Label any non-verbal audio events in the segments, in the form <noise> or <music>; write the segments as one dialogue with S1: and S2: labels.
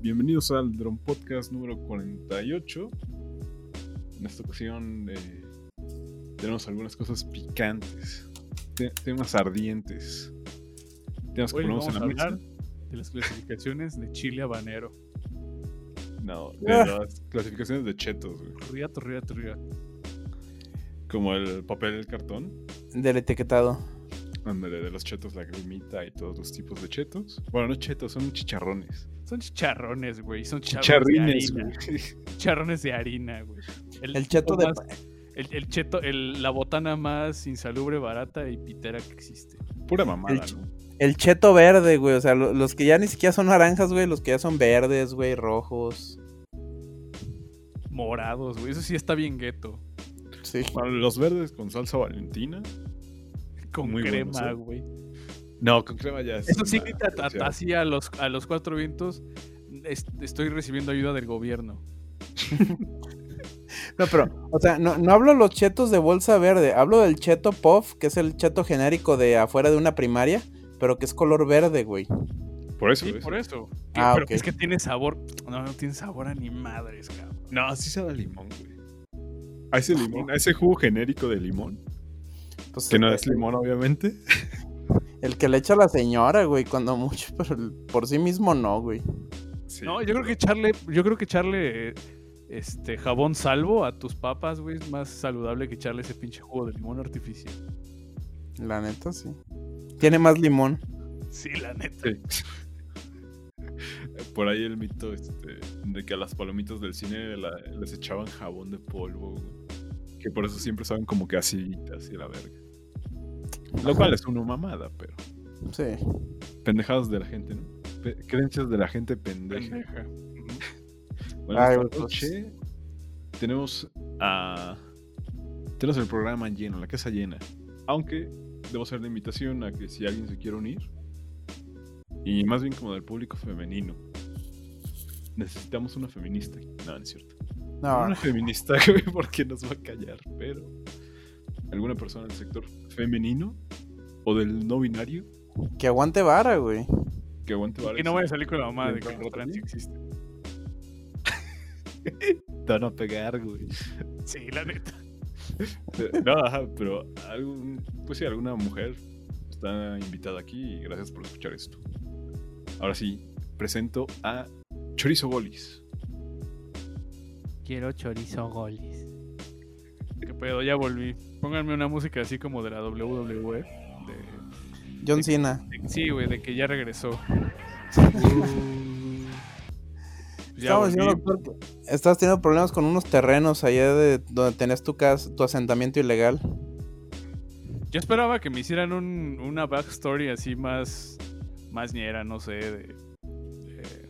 S1: Bienvenidos al Drone Podcast número 48. En esta ocasión eh, tenemos algunas cosas picantes, te- temas ardientes, temas que
S2: Hoy
S1: ponemos
S2: vamos
S1: en
S2: a
S1: la mesa.
S2: hablar de las clasificaciones de chile habanero.
S1: No, de
S2: Ah.
S1: las clasificaciones de chetos, güey.
S2: Riato, riato, riato.
S1: Como el papel el cartón,
S3: Del etiquetado.
S1: ándale, de los chetos, la grumita y todos los tipos de chetos. Bueno, no chetos, son chicharrones.
S2: Son chicharrones, güey. Son
S1: Chicharrines,
S2: chicharrones de harina. Chicharrones de harina, güey.
S3: El cheto de.
S2: más- el, el cheto, el- la botana más insalubre, barata y pitera que existe.
S1: <laughs> Pura mamada,
S3: ch-
S1: ¿no?
S3: El cheto verde, güey. O sea, lo- los que ya ni siquiera son naranjas, güey. Los que ya son verdes, güey. Rojos.
S2: Morados, güey. Eso sí está bien gueto.
S3: Sí.
S1: Bueno, los verdes con salsa valentina.
S2: Con
S1: Muy
S2: crema,
S1: buenos, ¿eh?
S2: güey.
S1: No, con crema ya. es
S2: Eso sí
S1: una
S2: grita ta-
S1: atrocidad.
S2: así a los, a los cuatro vientos. "Es- Estoy recibiendo ayuda del gobierno.
S3: No, pero, o sea, no, no hablo los chetos de bolsa verde. Hablo del cheto puff, que es el cheto genérico de afuera de una primaria. Pero que es color verde, güey.
S1: Por eso,
S2: Sí,
S1: es.
S2: por eso.
S3: Ah,
S2: pero
S3: ok.
S2: es que tiene sabor. No, no tiene sabor a ni madres, cabrón.
S1: No, sí sabe a limón, güey. A ese limón, a ese jugo genérico de limón.
S3: Entonces,
S1: Que no
S3: Pues
S1: es
S3: el-
S1: limón, obviamente.
S3: El que le echa la señora, güey. Cuando mucho, <laughs> pero el- por sí mismo no, güey.
S1: Sí,
S2: No, yo creo que echarle, yo creo que echarle eh, este jabón salvo a tus papas, güey, es más saludable que echarle ese pinche jugo de limón artificial.
S3: La neta, sí. Tiene más limón.
S2: Sí, la neta.
S1: Sí. <laughs> Por ahí el mito este, de que a las palomitas del cine la- les echaban jabón de polvo, güey. Que por eso siempre saben como que aciditas y la verga. Lo cual es una mamada, pero.
S3: Sí.
S1: Pendejadas de la gente, ¿no? Pe- creencias de la gente pendeja.
S2: Pendeja. Ujú.
S1: Bueno,
S3: Ay,
S1: esta
S3: pues.
S1: noche tenemos a. Tenemos el programa lleno, la casa llena. Aunque debo hacer la invitación a que si alguien se quiere unir, y más bien como del público femenino, necesitamos una feminista. No, no es cierto.
S3: No,
S1: Una feminista, <laughs> güey, porque nos va a callar, pero. ¿Alguna persona del sector femenino o del no binario
S3: que aguante vara, güey.
S1: que aguante
S2: Y
S1: varios-
S2: no voy a salir con la mamá de que
S1: Dentro
S2: los
S1: del
S2: trans
S1: rato,
S2: existe.
S1: <laughs> Te van a pegar, güey.
S2: Sí, la neta.
S1: Eh, <laughs> No, ajá, pero algún, pues sí, alguna mujer está invitada aquí y gracias por escuchar esto. Ahora sí, presento a Chorizo Golis.
S4: Quiero chorizo goles.
S2: Qué pedo, ya volví. Pónganme una música así como de la WWE. de-
S3: John Cena.
S2: de- sí, güey, de que ya regresó. Ya
S3: Estábamos
S2: volví.
S3: diciendo, doctor, que estabas teniendo problemas con unos terrenos allá de donde tenías tu casa, tu asentamiento ilegal.
S2: Yo esperaba que me hicieran un- una backstory así más, más ñera, no sé, de, de-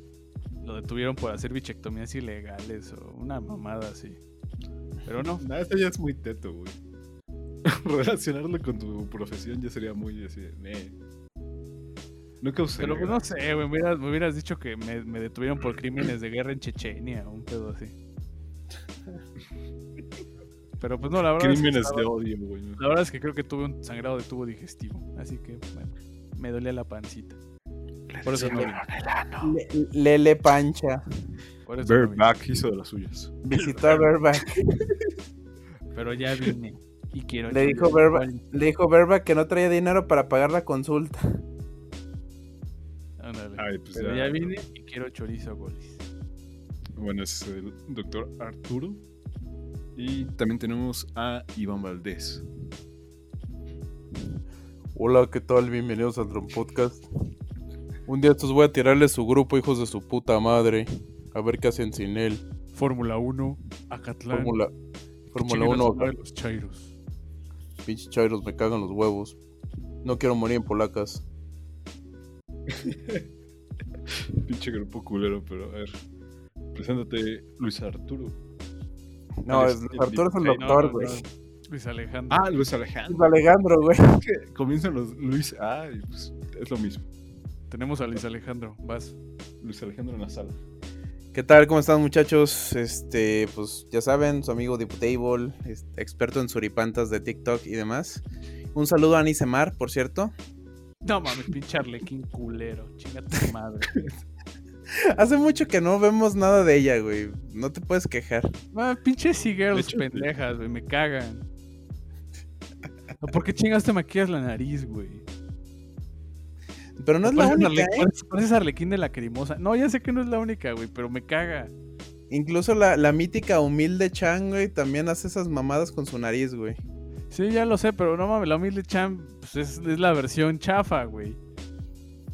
S2: lo detuvieron por hacer bichectomías ilegales o una mamada así. Pero no,
S1: Nada, esto ya es muy teto, güey. <laughs> Relacionarlo con tu profesión ya sería muy así. eh. No causaría.
S2: pero pues no sé, güey, me hubieras, me hubieras dicho que me, me detuvieron por crímenes de guerra en Chechenia, un pedo así. Pero pues no, la verdad, es que,
S1: Crímenes
S2: estaba-
S1: de odio, güey. ¿no?
S2: la verdad es que creo que tuve un sangrado de tubo digestivo, así que bueno, me dolía la pancita. Por eso no,
S3: Le- Lele Pancha.
S2: por eso no vine.
S1: Bareback hizo de las suyas.
S3: Visitó a Verback.
S2: pero ya vine y quiero
S3: Le dijo
S2: chorizo
S3: Verba-
S2: goles.
S3: Le dijo Verback que no traía dinero para pagar la consulta.
S2: Ándale.
S1: Ay, pues
S2: Pero
S1: ya.
S2: ya vine y quiero chorizo golis.
S1: Bueno, es el doctor Arturo. Y también tenemos a Iván Valdés.
S3: Hola, ¿qué tal? Bienvenidos al Drum Podcast. Un día estos voy a tirarle su grupo, hijos de su puta madre. A ver qué hacen sin él.
S2: Fórmula 1, Acatlán.
S3: Fórmula 1,
S2: de los chairos.
S3: pinche chairos, me cagan los huevos. No quiero morir en polacas.
S1: Pinche grupo culero, pero a ver. Preséntate, Luis Arturo.
S3: No,
S1: Alex,
S3: es-
S1: el
S3: Arturo es el
S1: Vizcaya.
S3: doctor, güey.
S2: Luis Alejandro.
S1: Ah, Luis Alejandro.
S3: Es Alejandro, güey.
S1: Que comienzan los Luis A y pues es lo mismo.
S2: Tenemos a Luis Alejandro. Vas.
S1: Luis Alejandro en la sala.
S3: ¿Qué tal? ¿Cómo están muchachos? Este, pues ya saben, su amigo Diputable, es- experto en suripantas de TikTok y demás. Un saludo a Anisemar, por cierto. <laughs>
S2: <laughs> No mames, pinche Arlequín culero. Chinga tu madre.
S3: Hace mucho que no vemos nada de ella, güey. No te puedes quejar.
S2: Ah, pinches cigirls
S1: hecho, sí.
S2: pendejas, güey, me cagan. ¿O ¿Por qué chingas te maquillas la nariz, güey?
S3: Pero no es la
S2: Pareces
S3: única,
S2: Arle-
S3: ¿eh?
S2: pareces- Pareces Arlequín de la Crimosa. No, ya sé que no es la única, güey, pero me caga.
S3: ¿eh? Incluso la, la mítica humilde Chan, güey, también hace esas mamadas con su nariz, güey.
S2: Sí, ya lo sé, pero no mames, la humilde Chan pues, es, es la versión chafa, güey.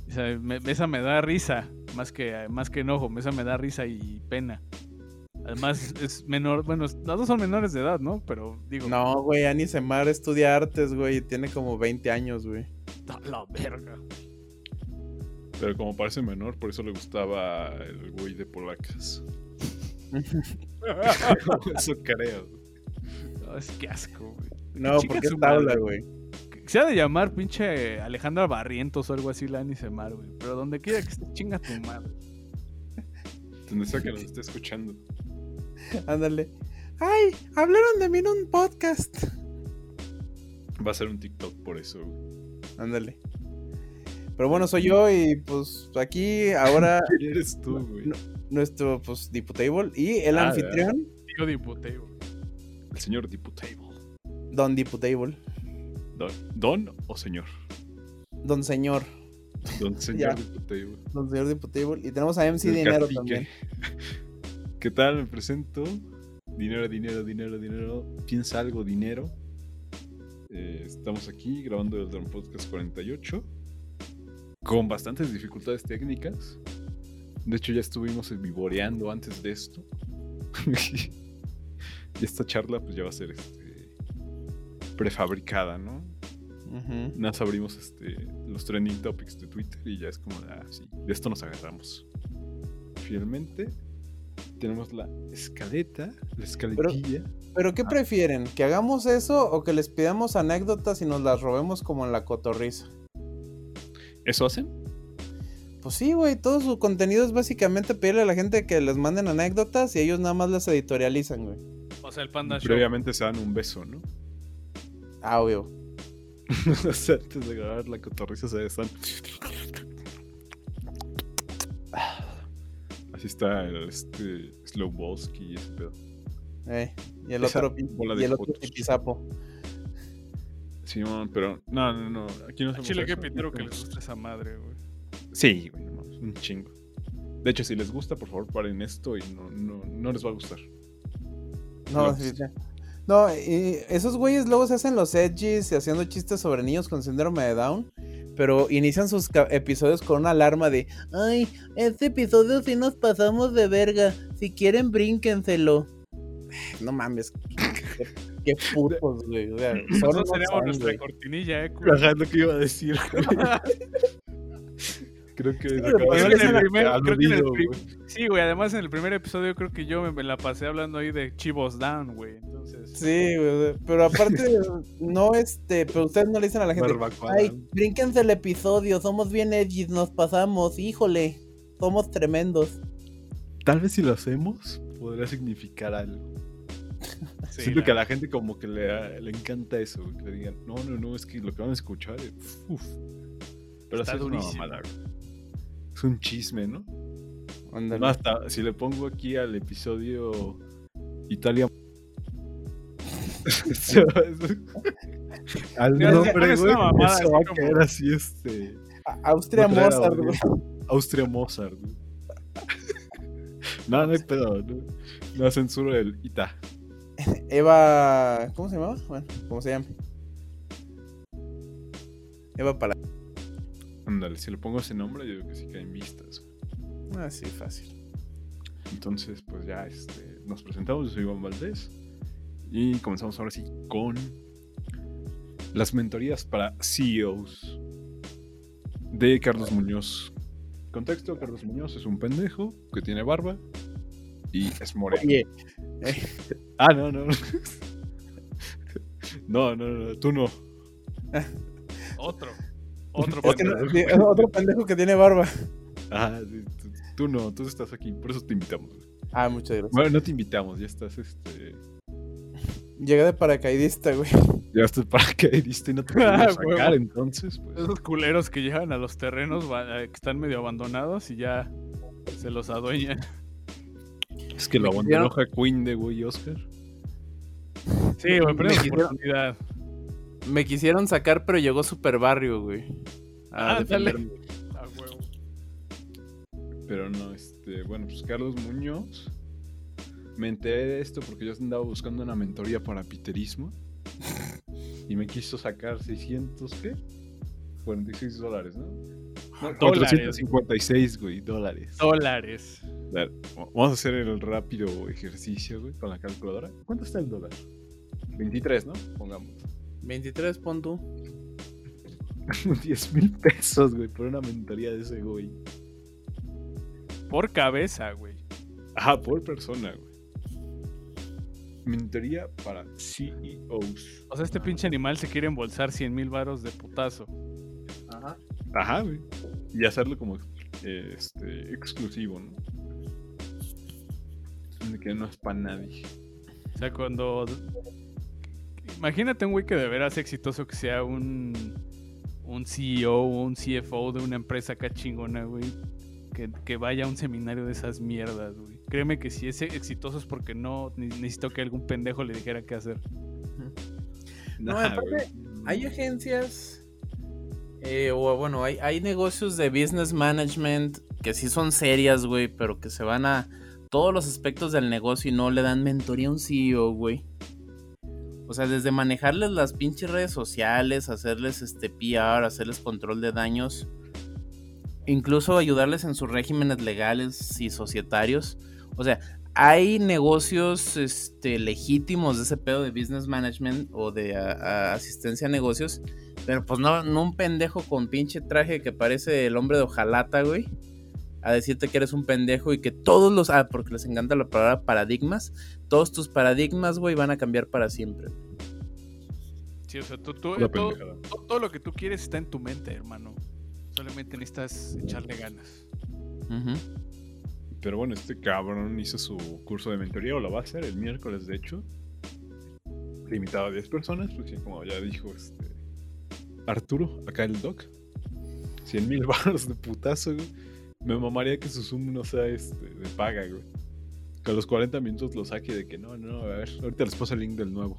S2: O sea, me- esa me da risa, más que, más que enojo, esa me da risa y pena. Además, es menor, bueno, es- las dos son menores de edad, ¿no? Pero digo,
S3: No, güey, Annie Semar estudia artes, güey, y tiene como 20 años, güey.
S2: "A la verga.
S1: Pero como parece menor, por eso le gustaba el güey de <laughs> polacas. eso creo.
S2: No, es que asco, güey.
S3: No,
S2: chingue
S3: porque
S2: su
S3: es tabla,
S2: madre.
S3: güey.
S2: Se ha de llamar pinche Alejandra Barrientos o algo así, la Ani Semar, güey. Pero donde quiera que esté, chinga tu madre.
S1: Donde sea que nos esté escuchando.
S3: Ándale. Ay, hablaron de mí en un podcast.
S1: Va a ser un TikTok por eso. güey.
S3: Ándale. Pero bueno, soy yo y pues aquí ahora
S1: <laughs> ¿Quién eres tú, güey?
S3: no. nuestro pues Diputable y el
S1: Ah,
S3: anfitrión,
S2: Digo diputeo, güey.
S1: El señor Diputable.
S3: Don Diputable,
S1: Don, ¿Don o señor?
S3: Don Señor,
S1: Don
S3: Ya.
S1: señor Diputable.
S3: Don Señor Diputable y tenemos a MC
S1: El
S3: Dinero
S1: cacique.
S3: también.
S1: <laughs> ¿Qué tal? Me presento. Dinero, dinero, dinero, dinero. Piensa algo, dinero. Eh, estamos aquí grabando el Drone Podcast 48 con bastantes dificultades técnicas. De hecho, ya estuvimos vivoreando antes de esto. <laughs> y esta charla, pues ya va a ser este, prefabricada, ¿no?
S3: Ujú.
S1: Nada más abrimos este, los trending topics de Twitter y ya es como, de, ah, sí, de esto nos agarramos. Finalmente, tenemos la escaleta, la escaletilla.
S3: Pero
S1: Ah.
S3: ¿qué prefieren? ¿Que hagamos eso o que les pidamos anécdotas y nos las robemos como en la cotorriza?
S1: ¿Eso hacen?
S3: Pues sí, güey, todo su contenido es básicamente pedirle a la gente que les manden anécdotas y ellos nada más las editorializan, güey.
S2: O sea, el Panda Show.
S1: Previamente se dan un beso, ¿no?
S3: Ah, obvio.
S1: <laughs> o sea, antes de grabar la cotorriza se besan. Así está el este, Slowbowski y ese pedo.
S3: Eh, y el
S1: Esa
S3: otro, pin-
S1: bola
S3: y
S1: de
S3: el otro
S1: jotos.
S3: pipisapo.
S1: Simón, pero no, no, no. Aquí no
S2: A
S1: hacemos
S2: Chile, qué
S1: eso.
S2: pitero que les gusta esa madre, güey.
S1: Sí, güey, no mames, un chingo. De hecho, si les gusta, por favor, paren esto y no, no, no les va a gustar.
S3: No,
S1: No,
S3: sí,
S1: pues.
S3: ya. No, y esos güeyes luego se hacen los edgies y haciendo chistes sobre niños con síndrome de Down, pero inician sus ca- episodios con una alarma de Ay, este episodio sí nos pasamos de verga. Si quieren, brínquenselo. <sighs> No mames. <laughs> Qué, qué putos, güey. O sea, solo
S2: Nosotros
S3: no
S2: tenemos
S3: son,
S2: nuestra
S3: güey.
S2: cortinilla, eh, culo.
S1: Ajá, es lo que iba a
S2: <laughs>
S1: decir. creo que
S2: creo
S3: pero
S2: que en el
S1: ser
S2: primer- creo que en el
S1: aludido,
S2: prim-
S1: güey.
S2: Sí, güey, además en el primer episodio creo que yo me, me la pasé hablando ahí de Chivos Down, güey. Entonces,
S3: Sí, güey, o sea, pero aparte, <laughs> no este, pero ustedes no le dicen a la gente,
S1: Barbacoa.
S3: ay, brínquense el episodio, somos bien edgy, nos pasamos, híjole, somos tremendos.
S1: Tal vez si lo hacemos, podría significar algo.
S2: sí,
S1: Siento
S2: la-
S1: que a la gente como que le, le encanta eso, güey, que le digan, no, no, no, es que lo que van a escuchar es... Uf. Pero
S2: Está
S1: así es una
S2: durísimo.
S1: mamada, güey. Es un chisme, ¿no?
S3: Ándale.
S1: No, hasta si le pongo aquí al episodio
S3: <laughs>
S1: Italia. <laughs> al
S2: Sí,
S1: nombre,
S2: es
S1: güey.
S2: una mamada,
S1: Eso va
S2: así
S1: a
S2: como-
S1: caer así, este.
S3: A- Austria
S1: Otra era,
S3: Mozart,
S1: güey.
S3: güey. <laughs>
S1: Austria Mozart, güey. No, no hay pedo, no, no censuro el Ita.
S3: Eva. ¿Cómo se llamaba? Bueno, ¿cómo se llama? Eva para.
S1: Ándale, si le pongo ese nombre, yo creo que sí caen vistas. güey.
S3: Ah, sí, fácil.
S1: Entonces, pues ya este, nos presentamos, yo soy Iván Valdés. Y comenzamos ahora sí con las mentorías para CEOs de Carlos Muñoz. Contexto, Carlos Muñoz es un pendejo que tiene barba y es moreno.
S3: Oye,
S1: Ah, no, <laughs> no. No, no, no, tú no.
S2: otro. Otro
S3: es que
S2: pendejo.
S3: no- sí, es <laughs> otro pendejo que tiene barba.
S1: Ah, sí, tú, tú no, tú estás aquí, por eso te invitamos.
S3: Ah, muchas gracias.
S1: Bueno, no te invitamos, ya estás este...
S3: Llegué de paracaidista, güey.
S1: Ya estás <laughs> paracaidista y no
S2: <laughs>
S1: te
S2: Ah,
S1: podemos
S2: huevo.
S1: sacar, entonces pues...
S2: Esos culeros que llegan a los terrenos va- eh, que están medio abandonados y ya se los adueña.
S1: Es que lo aguantó
S3: quisieron-
S1: enoja Queen de güey Oscar.
S2: Sí, güey, pero es
S3: Me
S2: una
S3: quisieron-
S2: oportunidad.
S3: Me quisieron sacar, pero llegó Super Barrio, güey. A
S2: Ándale.
S3: defenderme.
S2: Ah, huevo.
S1: Pero no, este, bueno, pues Carlos Muñoz. Me enteré de esto porque yo andaba buscando una mentoría para piterismo. Y me quiso sacar 600, ¿qué? 46 dólares, ¿no? No,
S2: Dólares.
S1: 456, güey, dólares.
S2: Dólares.
S1: Dale, va- Vamos a hacer el rápido ejercicio, güey, con la calculadora. ¿Cuánto está el dólar? 23, ¿no? Pongamos.
S3: 23 pon tú.
S1: Como <laughs> 10 mil pesos, güey, por una mentoría de ese güey.
S2: Por cabeza, güey.
S1: Ajá, por persona, güey. Mentoría para E CEOs.
S2: O sea, este pinche animal se quiere embolsar 100 mil varos de putazo.
S3: Ajá.
S1: Ajá, güey. Y hacerlo como eh, este, exclusivo, ¿no? De Que no es para nadie.
S2: O sea, cuando. Imagínate un güey que de veras exitoso que sea un. Un CEO o un CFO de una empresa acá chingona, güey. Que, que vaya a un seminario de esas mierdas, güey. Créeme que si es exitoso es porque no ni- necesitó que algún pendejo le dijera qué hacer.
S3: No,
S1: Nah,
S3: aparte,
S1: güey.
S3: Hay agencias. eh, o bueno, hay, hay negocios de business management que sí son serias, güey, pero que se van a todos los aspectos del negocio y no le dan mentoría a un CEO, güey. O sea, desde manejarles las pinches redes sociales, hacerles este PR, hacerles control de daños, incluso ayudarles en sus regímenes legales y societarios. O sea, hay negocios este, legítimos de ese pedo de business management o de a- a- asistencia a negocios, pero pues no, no un pendejo con pinche traje que parece el hombre de hojalata, güey, a decirte que eres un pendejo y que todos los, ah, porque les encanta la palabra paradigmas, todos tus paradigmas, güey, van a cambiar para siempre.
S2: Sí, o sea, tú, tú-
S1: Pura
S2: todo,
S1: pendejada.
S2: todo- todo lo que tú quieres está en tu mente, hermano. Solamente necesitas echarle ganas.
S3: Ujú.
S1: Pero bueno, este cabrón hizo su curso de mentoría, o lo va a hacer el miércoles, de hecho. Limitado a 10 personas, pues sí, como ya dijo este Arturo, acá el doc. 100 mil <laughs> baros de putazo, güey. Me mamaría que su Zoom no sea este, de paga, güey. Que a los 40 minutos lo saque de que no, no, a ver, ahorita les paso el link del nuevo.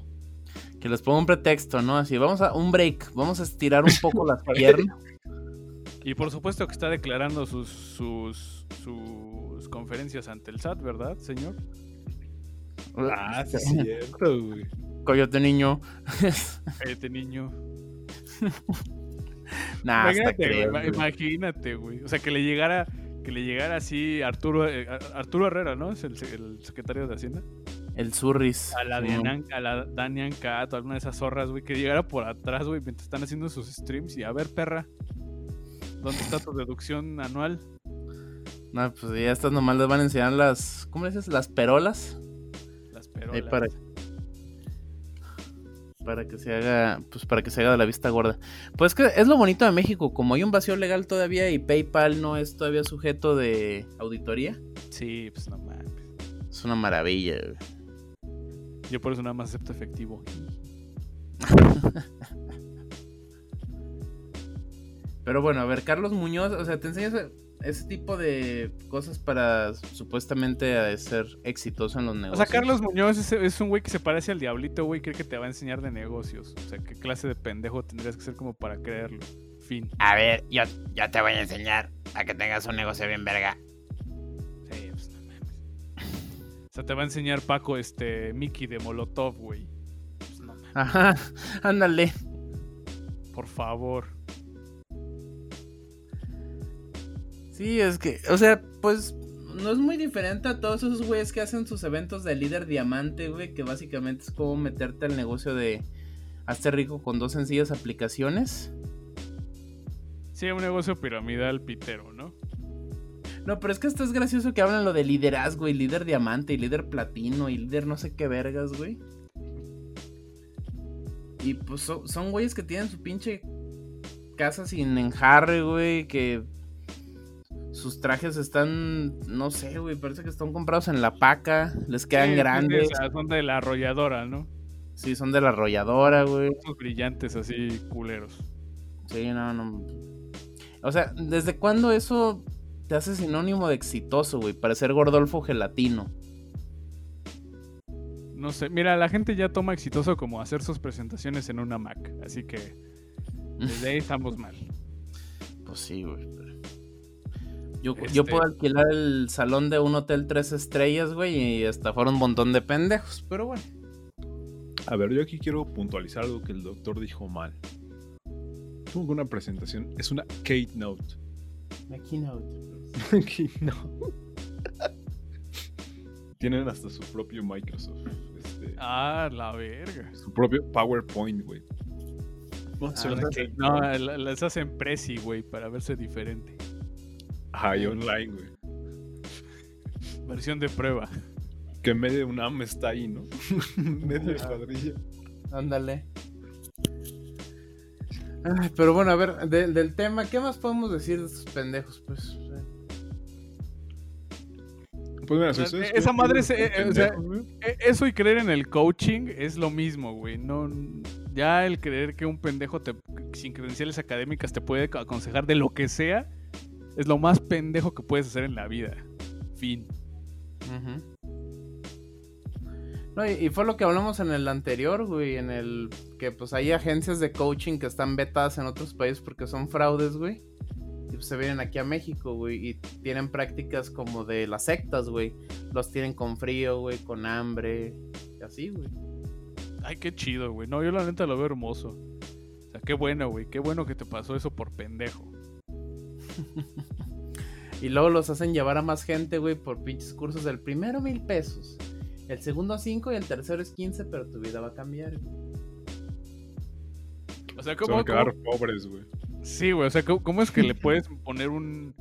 S3: Que les pongo un pretexto, ¿no? Así, vamos a un break, vamos a estirar un poco
S2: <laughs>
S3: las piernas.
S2: Y por supuesto que está declarando sus, sus, sus conferencias ante el SAT, ¿verdad, señor?
S1: Ah, sí, es cierto, güey.
S3: Coyote niño. <laughs>
S2: Este niño.
S3: nah, hasta
S2: imagínate, güey, ima-
S3: creo, güey.
S2: imagínate, güey. O sea, que le llegara, que le llegara así Arturo, eh, Ar- Arturo Herrera, ¿no? Es el, se- el secretario de Hacienda.
S3: El surris.
S2: A la,
S3: Sí.
S2: Dianan- a la Danian Cat, a alguna de esas zorras, güey, que llegara por atrás, güey, mientras están haciendo sus streams. Y a ver, perra, ¿dónde está tu deducción anual?
S3: No, pues ya estas nomás les van a enseñar las. ¿Cómo le dices? Las perolas.
S2: Las
S3: Ahí
S2: perolas.
S3: para. Para que se haga. Pues para que se haga de la vista gorda. Pues que es lo bonito de México. Como hay un vacío legal todavía y PayPal no es todavía sujeto de auditoría.
S2: Sí, pues no mames.
S3: Es una maravilla, güey.
S2: Yo por eso nada más acepto efectivo.
S3: Pero bueno, a ver, Carlos Muñoz, o sea, te enseñas ese tipo de cosas para supuestamente eh, ser exitoso en los
S2: O
S3: negocios.
S2: sea, Carlos Muñoz es, es un güey que se parece al diablito, güey, cree que te va a enseñar de negocios. O sea, ¿qué clase de pendejo tendrías que ser como para creerlo? Fin.
S4: A ver, yo, yo te voy a enseñar a que tengas un negocio bien verga.
S2: Sí, pues no mames. O sea, te va a enseñar Paco, este, Mickey de Molotov, güey. Pues no mames,
S3: Ajá, ándale.
S2: por favor.
S3: Sí, es que, o sea, pues no es muy diferente a todos esos güeyes que hacen sus eventos de líder diamante, güey, que básicamente es como meterte al negocio de hazte rico con dos sencillas aplicaciones.
S2: Sí, un negocio piramidal pitero, ¿no?
S3: No, pero es que esto es gracioso que hablan lo de liderazgo y líder diamante y líder platino y líder no sé qué vergas, güey. Y pues so- son güeyes que tienen su pinche casa sin enjarre, güey, que sus trajes están, no sé, güey, parece que están comprados en la paca, les quedan
S2: Sí,
S3: grandes.
S2: son de esa- son de la arrolladora, ¿no?
S3: Sí, son de la arrolladora, güey.
S2: Unos brillantes así culeros.
S3: Sí, no, no. O sea, ¿desde cuándo eso Te hace sinónimo de exitoso, güey, para ser Gordolfo Gelatino.
S2: No sé, mira, la gente ya toma exitoso como hacer sus presentaciones en una Mac, así que desde ahí estamos mal.
S3: Pues sí, güey. pero- Yo, yo
S2: Este-
S3: puedo alquilar el salón de un hotel tres estrellas, güey, y estafar un montón de pendejos, pero bueno.
S1: A ver, yo aquí quiero puntualizar algo que el doctor dijo mal. Tuvo una presentación, es una Kate Note.
S3: Aquí no.
S1: no. Tienen hasta su propio Microsoft. este,
S2: Ah, la verga.
S1: su propio PowerPoint, güey. Vamos a hacer
S2: Ah,
S1: una
S2: no,
S1: Kate
S2: no,
S1: Note.
S2: la- las hacen presi, güey, para verse diferente.
S1: Ajá, y online, güey.
S2: Versión de prueba.
S1: Que en medio de un AM está ahí, ¿no? <laughs> En medio de cuadrilla.
S3: Ándale. Ay, pero bueno, a ver, de- del tema, ¿qué más podemos decir de estos pendejos? Pues. o sea,
S1: Pues mira, si
S2: O sea,
S1: ustedes creen
S2: esa
S1: que
S2: madre
S1: ellos
S2: se-
S1: están
S2: eh, eh, o sea,
S1: pendejos, güey,
S2: E- Eso y creer en el coaching es lo mismo, güey. No, ya el creer que un pendejo te- sin credenciales académicas te puede aconsejar de lo que sea es lo más pendejo que puedes hacer en la vida. Fin.
S3: No, y, y fue lo que hablamos en el anterior, güey, en el que pues hay agencias de coaching que están vetadas en otros países porque son fraudes, güey. Y pues se vienen aquí a México, güey, y tienen prácticas como de las sectas, güey. Los tienen con frío, güey, con hambre, y así, güey.
S2: Ay, qué chido, güey. No, yo la neta lo veo hermoso. O sea, qué bueno, güey. Qué bueno que te pasó eso por pendejo.
S3: Y luego los hacen llevar a más gente, güey, por pinches cursos del primero mil pesos. El segundo a cinco y el tercero es quince, pero tu vida va a cambiar. güey.
S2: O
S1: Se
S2: sea,
S1: van
S2: ¿cómo,
S1: a quedar pobres, güey.
S2: Sí, güey, o sea, ¿cómo, cómo es que le puedes poner un.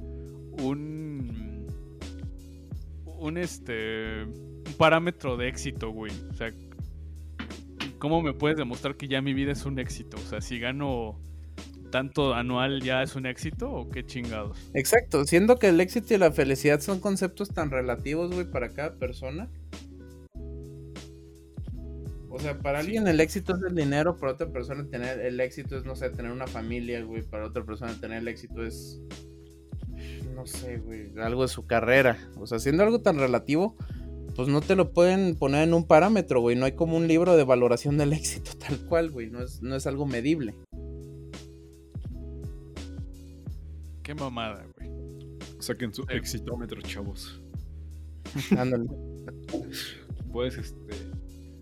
S2: un. un este. un parámetro de éxito, güey? O sea, ¿cómo me puedes demostrar que ya mi vida es un éxito? O sea, si gano tanto anual ya es un éxito o qué chingados.
S3: Exacto, siendo que el éxito y la felicidad son conceptos tan relativos, güey, para cada persona. O sea, para alguien el éxito es el dinero, para otra persona tener el éxito es, no sé, tener una familia, güey, para otra persona tener el éxito es, no sé, güey, algo de su carrera. O sea, siendo algo tan relativo, pues no te lo pueden poner en un parámetro, güey, no hay como un libro de valoración del <laughs> éxito tal cual, güey, no es, no es algo medible.
S2: Qué mamada, güey.
S1: Saquen su
S2: Sí.
S1: exitómetro, chavos.
S3: Ándale.
S1: Pues, este.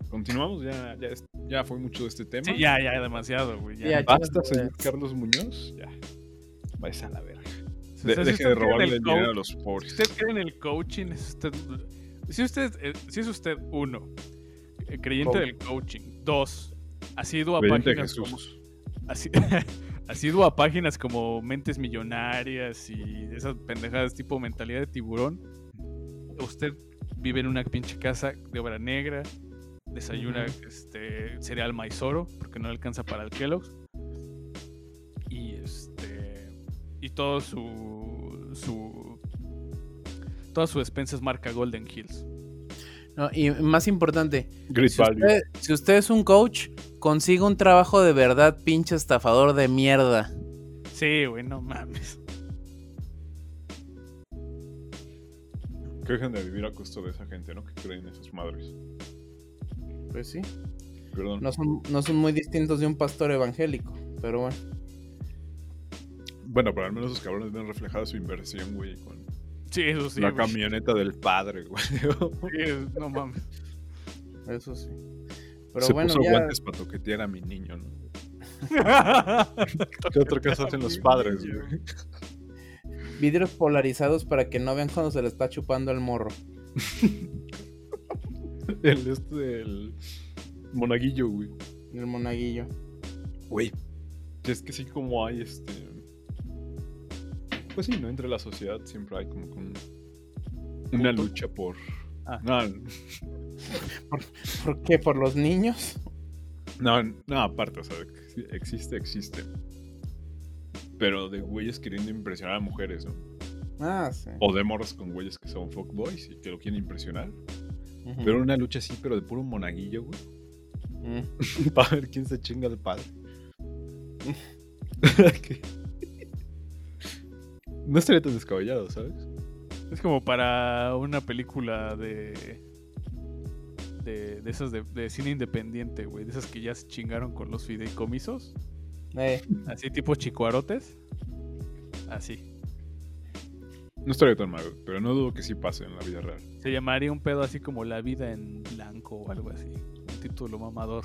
S1: Continuamos, ya, ya, es- ya fue mucho de este tema.
S2: Sí, ya, ya, demasiado, güey. Ya.
S3: Ya,
S1: Basta,
S3: chingas,
S1: señor
S3: güey.
S1: Carlos Muñoz. Ya. Vais a la verga.
S2: O sea,
S1: De-
S2: si
S1: deje
S2: usted
S1: de
S2: cree en
S1: robarle el
S2: coach-
S1: dinero a los
S2: Si
S1: pobres.
S2: usted cree en el coaching, es usted- si, usted, eh, si es usted, uno, eh, creyente
S1: Coach.
S2: del coaching, dos, ha sido a
S1: Creyente de
S2: páginas como-
S1: Jesús.
S2: así- <laughs> has ido a páginas como Mentes Millonarias y esas pendejadas tipo mentalidad de tiburón. Usted vive en una pinche casa de obra negra, desayuna este, cereal maizoro porque no le alcanza para el Kellogg's. Y este y todo su su toda su despensa es marca Golden Hills.
S3: <laughs> No, y más importante,
S1: Great
S3: Si
S1: value.
S3: usted, si usted es un coach, consiga un trabajo de verdad, pinche estafador de mierda.
S2: Sí, güey, no mames.
S1: Que dejen de vivir a costa de esa gente, ¿no? Que creen esas madres.
S3: Pues sí.
S1: Perdón.
S3: No son, no son muy distintos de un pastor evangélico, pero bueno.
S1: Bueno, pero al menos esos cabrones ven reflejada su inversión, güey, con
S2: Sí, eso sí.
S1: la
S2: güey.
S1: camioneta del padre, güey. <laughs>
S2: Sí, no mames.
S3: Eso sí. Pero
S1: Se
S3: bueno,
S1: puso
S3: ya-
S1: guantes para toquetear a mi niño, ¿no? ¿Qué otra cosa hacen los
S2: mi
S1: padres,
S2: niño.
S1: güey?
S3: vidrios polarizados para que no vean cuando se le está chupando el morro.
S1: <laughs> El este, el monaguillo, güey.
S3: El monaguillo.
S1: Güey. Es que sí, como hay este. Pues sí, ¿no? Entre la sociedad siempre hay como que un- una
S2: Punto.
S1: lucha por.
S2: Ah.
S1: No,
S3: ¿Por qué? ¿Por los niños?
S1: no, no, aparte, o sea, que sí, existe, existe. Pero de güeyes queriendo impresionar a mujeres, ¿no?
S3: Ah, sí.
S1: O de morros con güeyes que son fuckboys y que lo quieren impresionar.
S3: Mm. Ujú.
S1: Pero una lucha así, pero de puro monaguillo, güey. <laughs>
S3: Mm.
S1: Para ver quién se chinga <laughs> al padre. Que- No estaría tan descabellado, ¿sabes?
S2: Es como para una película de. De, de esas de, de cine independiente, güey. De esas que ya se chingaron con los fideicomisos.
S3: Eh,
S2: Así tipo chicuarotes. Así.
S1: No estaría tan mal, pero no dudo que sí pase en la vida real.
S2: Se llamaría un pedo así como La vida en blanco o algo así. Un título mamador.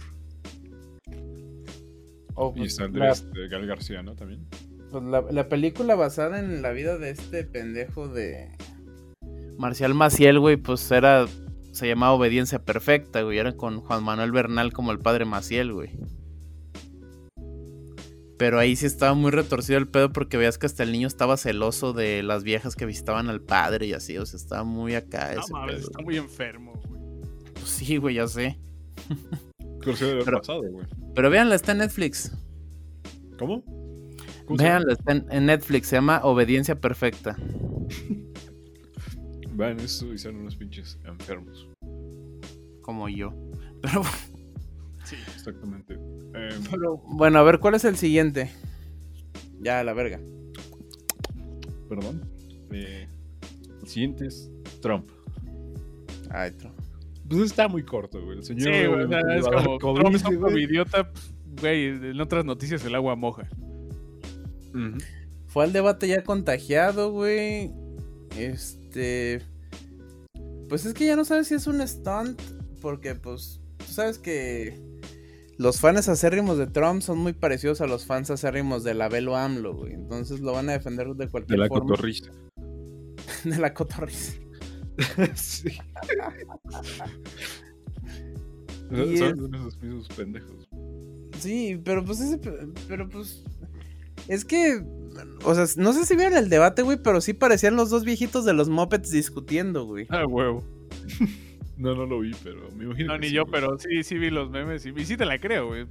S3: oh,
S1: Y este está
S3: pues, la,
S1: Andrés de Gal García, ¿no? También.
S3: pues, la- la película basada en la vida de este pendejo de Marcial Maciel, güey, pues era. Se llamaba Obediencia Perfecta, güey. Era con Juan Manuel Bernal como el padre Maciel, güey. Pero ahí sí estaba muy retorcido el pedo porque veías que hasta el niño estaba celoso de las viejas que visitaban al padre y así. O sea, estaba muy acá.
S2: No
S3: ese
S2: mames,
S3: pedo,
S2: está
S3: güey.
S2: muy enfermo, güey.
S3: Pues sí, güey, ya sé.
S1: Curiosidad de haber
S3: Pero-
S1: pasado, güey.
S3: Pero véanla, está en Netflix.
S1: ¿Cómo? ¿Cómo se llama?
S3: Véanla, está en, en Netflix. Se llama Obediencia Perfecta.
S1: Vean eso y sean unos pinches enfermos.
S3: Como yo. Pero,
S2: Sí.
S1: Exactamente. Em,
S3: pero, bueno, a ver, ¿cuál es el siguiente? Ya, la verga.
S1: perdón. Eh, el siguiente es Trump.
S3: Ay, tro-
S1: Pues está muy corto, güey. El señor.
S2: Sí, güey, o sea,
S1: obviamente,
S2: es
S1: le va a
S2: como
S1: dar COVID,
S2: Trump es un
S1: güey.
S2: idiota, pues, güey, en otras noticias el agua moja.
S1: Ujú.
S3: Fue al debate ya contagiado, güey. Este. Pues es que ya no sabes si es un stunt. Porque, pues, tú sabes que. Los fans acérrimos de Trump son muy parecidos a los fans acérrimos de la Belo AMLO, güey. Entonces lo van a defender de
S1: De
S3: cualquier
S1: la
S3: forma.
S1: cotorrista.
S3: <laughs> de la cotorriza.
S1: <laughs> sí. O sea, <laughs>
S3: Y
S1: Son esos mismos pendejos.
S3: Sí, pero pues ese, pe- pero pues es que o sea, no sé si vieron el debate, güey, pero sí parecían los dos viejitos de los Muppets discutiendo, güey.
S2: Ah, huevo.
S1: No, no lo vi, pero me imagino.
S2: No,
S1: que
S2: ni
S1: sí,
S2: yo,
S1: güey.
S2: pero sí, sí vi los memes y, y sí te la creo, güey.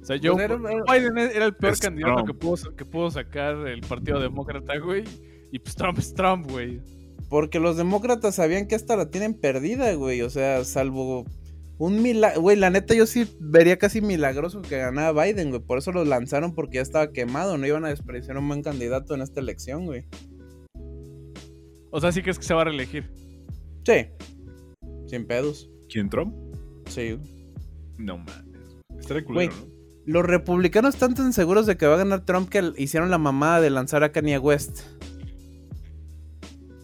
S2: O sea, yo.
S3: Pues era-
S2: Biden era el peor
S1: Es
S2: candidato
S1: Trump.
S2: que pudo, que pudo sacar el Partido Demócrata, güey. Y pues Trump es Trump, güey.
S3: Porque los demócratas sabían que esta la tienen perdida, güey. O sea, salvo un milagro. Güey, la neta, yo sí vería casi milagroso que ganara Biden, güey. Por eso los lanzaron porque ya estaba quemado. No iban a desperdiciar un buen candidato en esta elección, güey.
S2: O sea, sí crees que se va a reelegir.
S3: Sí. Sin pedos.
S1: ¿Quién Trump?
S3: Sí, güey.
S1: No mames. Estaría culero,
S3: Güey.
S1: ¿no?
S3: Los republicanos están tan seguros de que va a ganar Trump que l- hicieron la mamada de lanzar a Kanye West.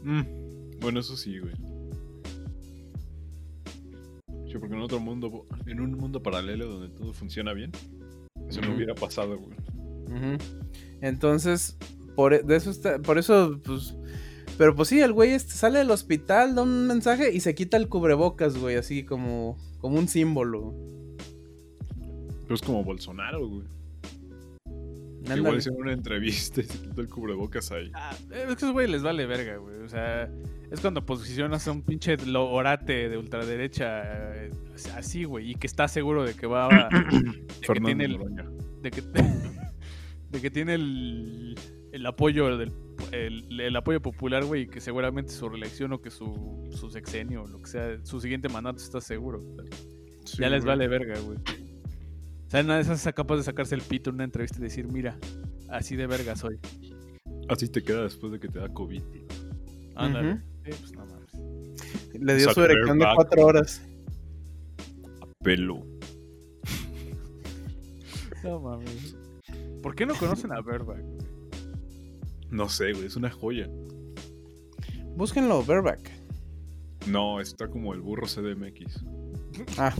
S1: Mm, Bueno, eso sí, güey. Sí, porque en otro mundo, en un mundo paralelo donde todo funciona bien, eso no
S3: Ujú.
S1: hubiera pasado, güey.
S3: Ujú. Entonces, por, e- de eso está, por eso, pues. Pero pues sí, el güey este sale del hospital, da un mensaje y se quita el cubrebocas, güey, así como, como un símbolo.
S1: Pero es como Bolsonaro, güey. Que
S3: Ándale.
S1: Igual hicieron una entrevista y se quitó el cubrebocas ahí.
S2: Ah, es que a esos güeyes les vale verga, güey. O sea, es cuando posicionas a un pinche lo- orate de ultraderecha eh, así, güey. Y que está seguro de que va a. de que
S1: Fernando
S2: tiene el-
S1: Noroña.
S2: de que, <laughs> de que tiene el, el apoyo del el, el apoyo popular, güey, y que seguramente su reelección o que su, su sexenio, lo que sea, su siguiente mandato está seguro.
S1: Sí,
S2: ya les
S1: güey.
S2: vale verga, güey. O sea, una de esas es capaz de sacarse el pito en una entrevista y decir, mira, así de verga soy.
S1: Así te queda después de que te da COVID.
S2: Ándale.
S3: Ujú.
S2: Sí, pues no mames.
S3: Le dio su
S1: Zuckerberg.
S3: erección de cuatro horas.
S1: Pelo.
S2: No mames. ¿Por qué no conocen a Verba?
S1: No sé, güey, es una joya.
S3: Búsquenlo, Verback.
S1: No, está como el burro CDMX.
S3: Ah.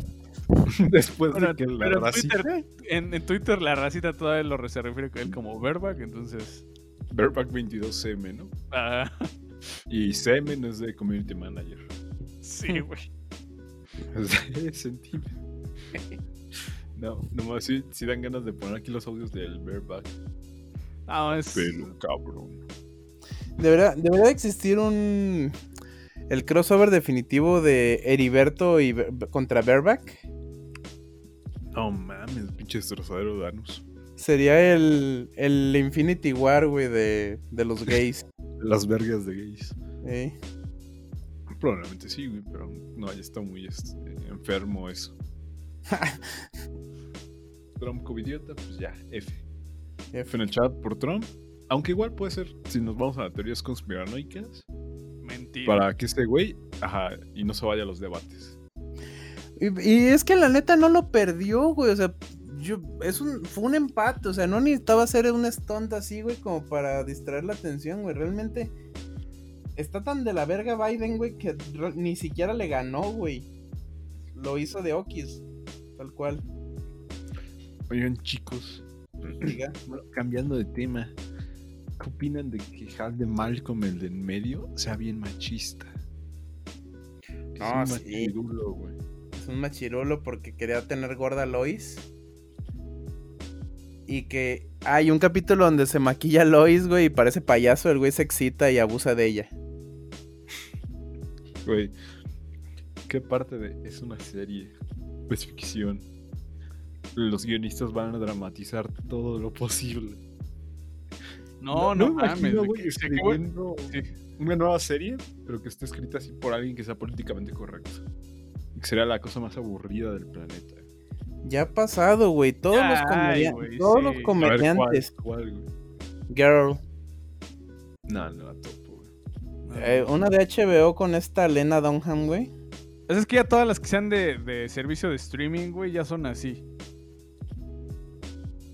S1: <laughs> Después
S2: Bueno,
S1: de que la
S2: pero en
S1: racita-
S2: Twitter, en, en Twitter la racita todavía lo re- se refiere a él como Verback, entonces...
S1: Verback 22CM, ¿no?
S2: ah, <laughs>
S1: Y CM no es de Community Manager.
S2: sí, güey.
S1: <laughs> Sentí. No, nomás sí, sí dan ganas de poner aquí los audios del Verback.
S2: No, es.
S1: Pelo, cabrón.
S3: Debería, debería existir un. El crossover definitivo de Heriberto y Ver- contra Verback.
S1: No mames, pinche destrozadero Danus.
S3: Sería el, el Infinity War, güey, de, de los gays. <laughs>
S1: Las vergas de gays.
S3: ¿eh?
S1: Probablemente sí, güey, pero no, ya está muy este, enfermo <laughs> eso. Trump covidiota, pues ya, F.
S3: F.
S1: F en el chat por Trump Aunque igual puede ser, si nos vamos a teorías conspiranoicas,
S2: Mentira.
S1: para que este güey, ajá, y no se vaya a los debates.
S3: Y, y es que la neta no lo perdió, güey. O sea, yo, es un, fue un empate. O sea, no necesitaba hacer un stunt así, güey, como para distraer la atención, güey. Realmente está tan de la verga Biden, güey, que re- ni siquiera le ganó, güey. Lo hizo de Okis, tal cual. <clears throat>
S1: Oigan, chicos,
S3: Diga.
S1: bueno, cambiando de tema, ¿qué opinan de que Hal de Malcolm, el de en medio, sea bien machista? Es
S3: No,
S2: Ah,
S1: un
S3: sí.
S1: machirulo, güey.
S3: Es un machirulo porque quería tener gorda a Lois. Y que hay un capítulo donde se maquilla a Lois, güey, y parece payaso. El güey se excita y abusa de ella.
S1: Güey, ¿qué parte de es una serie? Es ficción. Los guionistas van a dramatizar todo lo posible.
S2: No,
S1: me
S2: no, mames.
S1: imagino,
S2: de
S1: güey,
S2: que se acabó el-
S1: escribiendo
S2: sí.
S1: una nueva serie, pero que esté escrita así por alguien que sea políticamente correcto. Que sería la cosa más aburrida del planeta.
S3: Ya ha pasado, güey. Todos los,
S2: Ay,
S3: comedia-
S2: güey,
S3: todos
S2: sí.
S3: los
S1: A ver, ¿cuál-
S3: comediantes.
S1: cuál, güey?
S3: Girl.
S1: No, no la topo, güey.
S3: Eh, una de HBO con esta Lena Dunham, güey.
S2: Pues es que ya todas las que sean de, de servicio de streaming, güey, ya son así.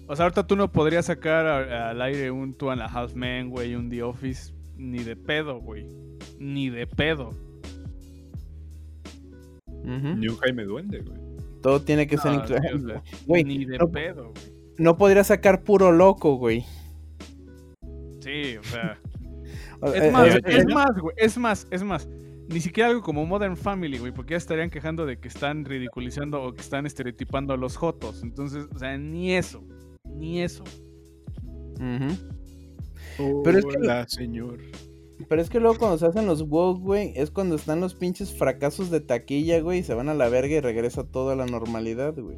S2: O sea, ahorita tú no podrías sacar a- al aire un Two and a Half Men, güey, un The Office, ni de pedo, güey. Ni de pedo.
S3: Ujú.
S1: Ni un Jaime Duende, güey.
S3: Todo tiene que ser
S2: No, sí, o
S3: incluido.
S2: sea,
S3: Güey,
S2: ni de
S3: no-
S2: pedo, güey.
S3: <laughs> No podría sacar puro loco, güey.
S2: Sí, o sea.
S3: O- eh,
S2: Es más,
S3: eh,
S2: es más, güey. Es más, es más. Ni siquiera algo como Modern Family, güey, porque ya estarían quejando de que están ridiculizando o que están estereotipando a los jotos. Entonces, o sea, ni eso. Ni eso.
S3: ujú.
S1: Pero
S3: Pero es que-
S1: señor.
S3: Pero es que luego cuando se hacen los woke, güey, es cuando están los pinches fracasos de taquilla, güey, y se van a la verga y regresa todo a la normalidad, güey.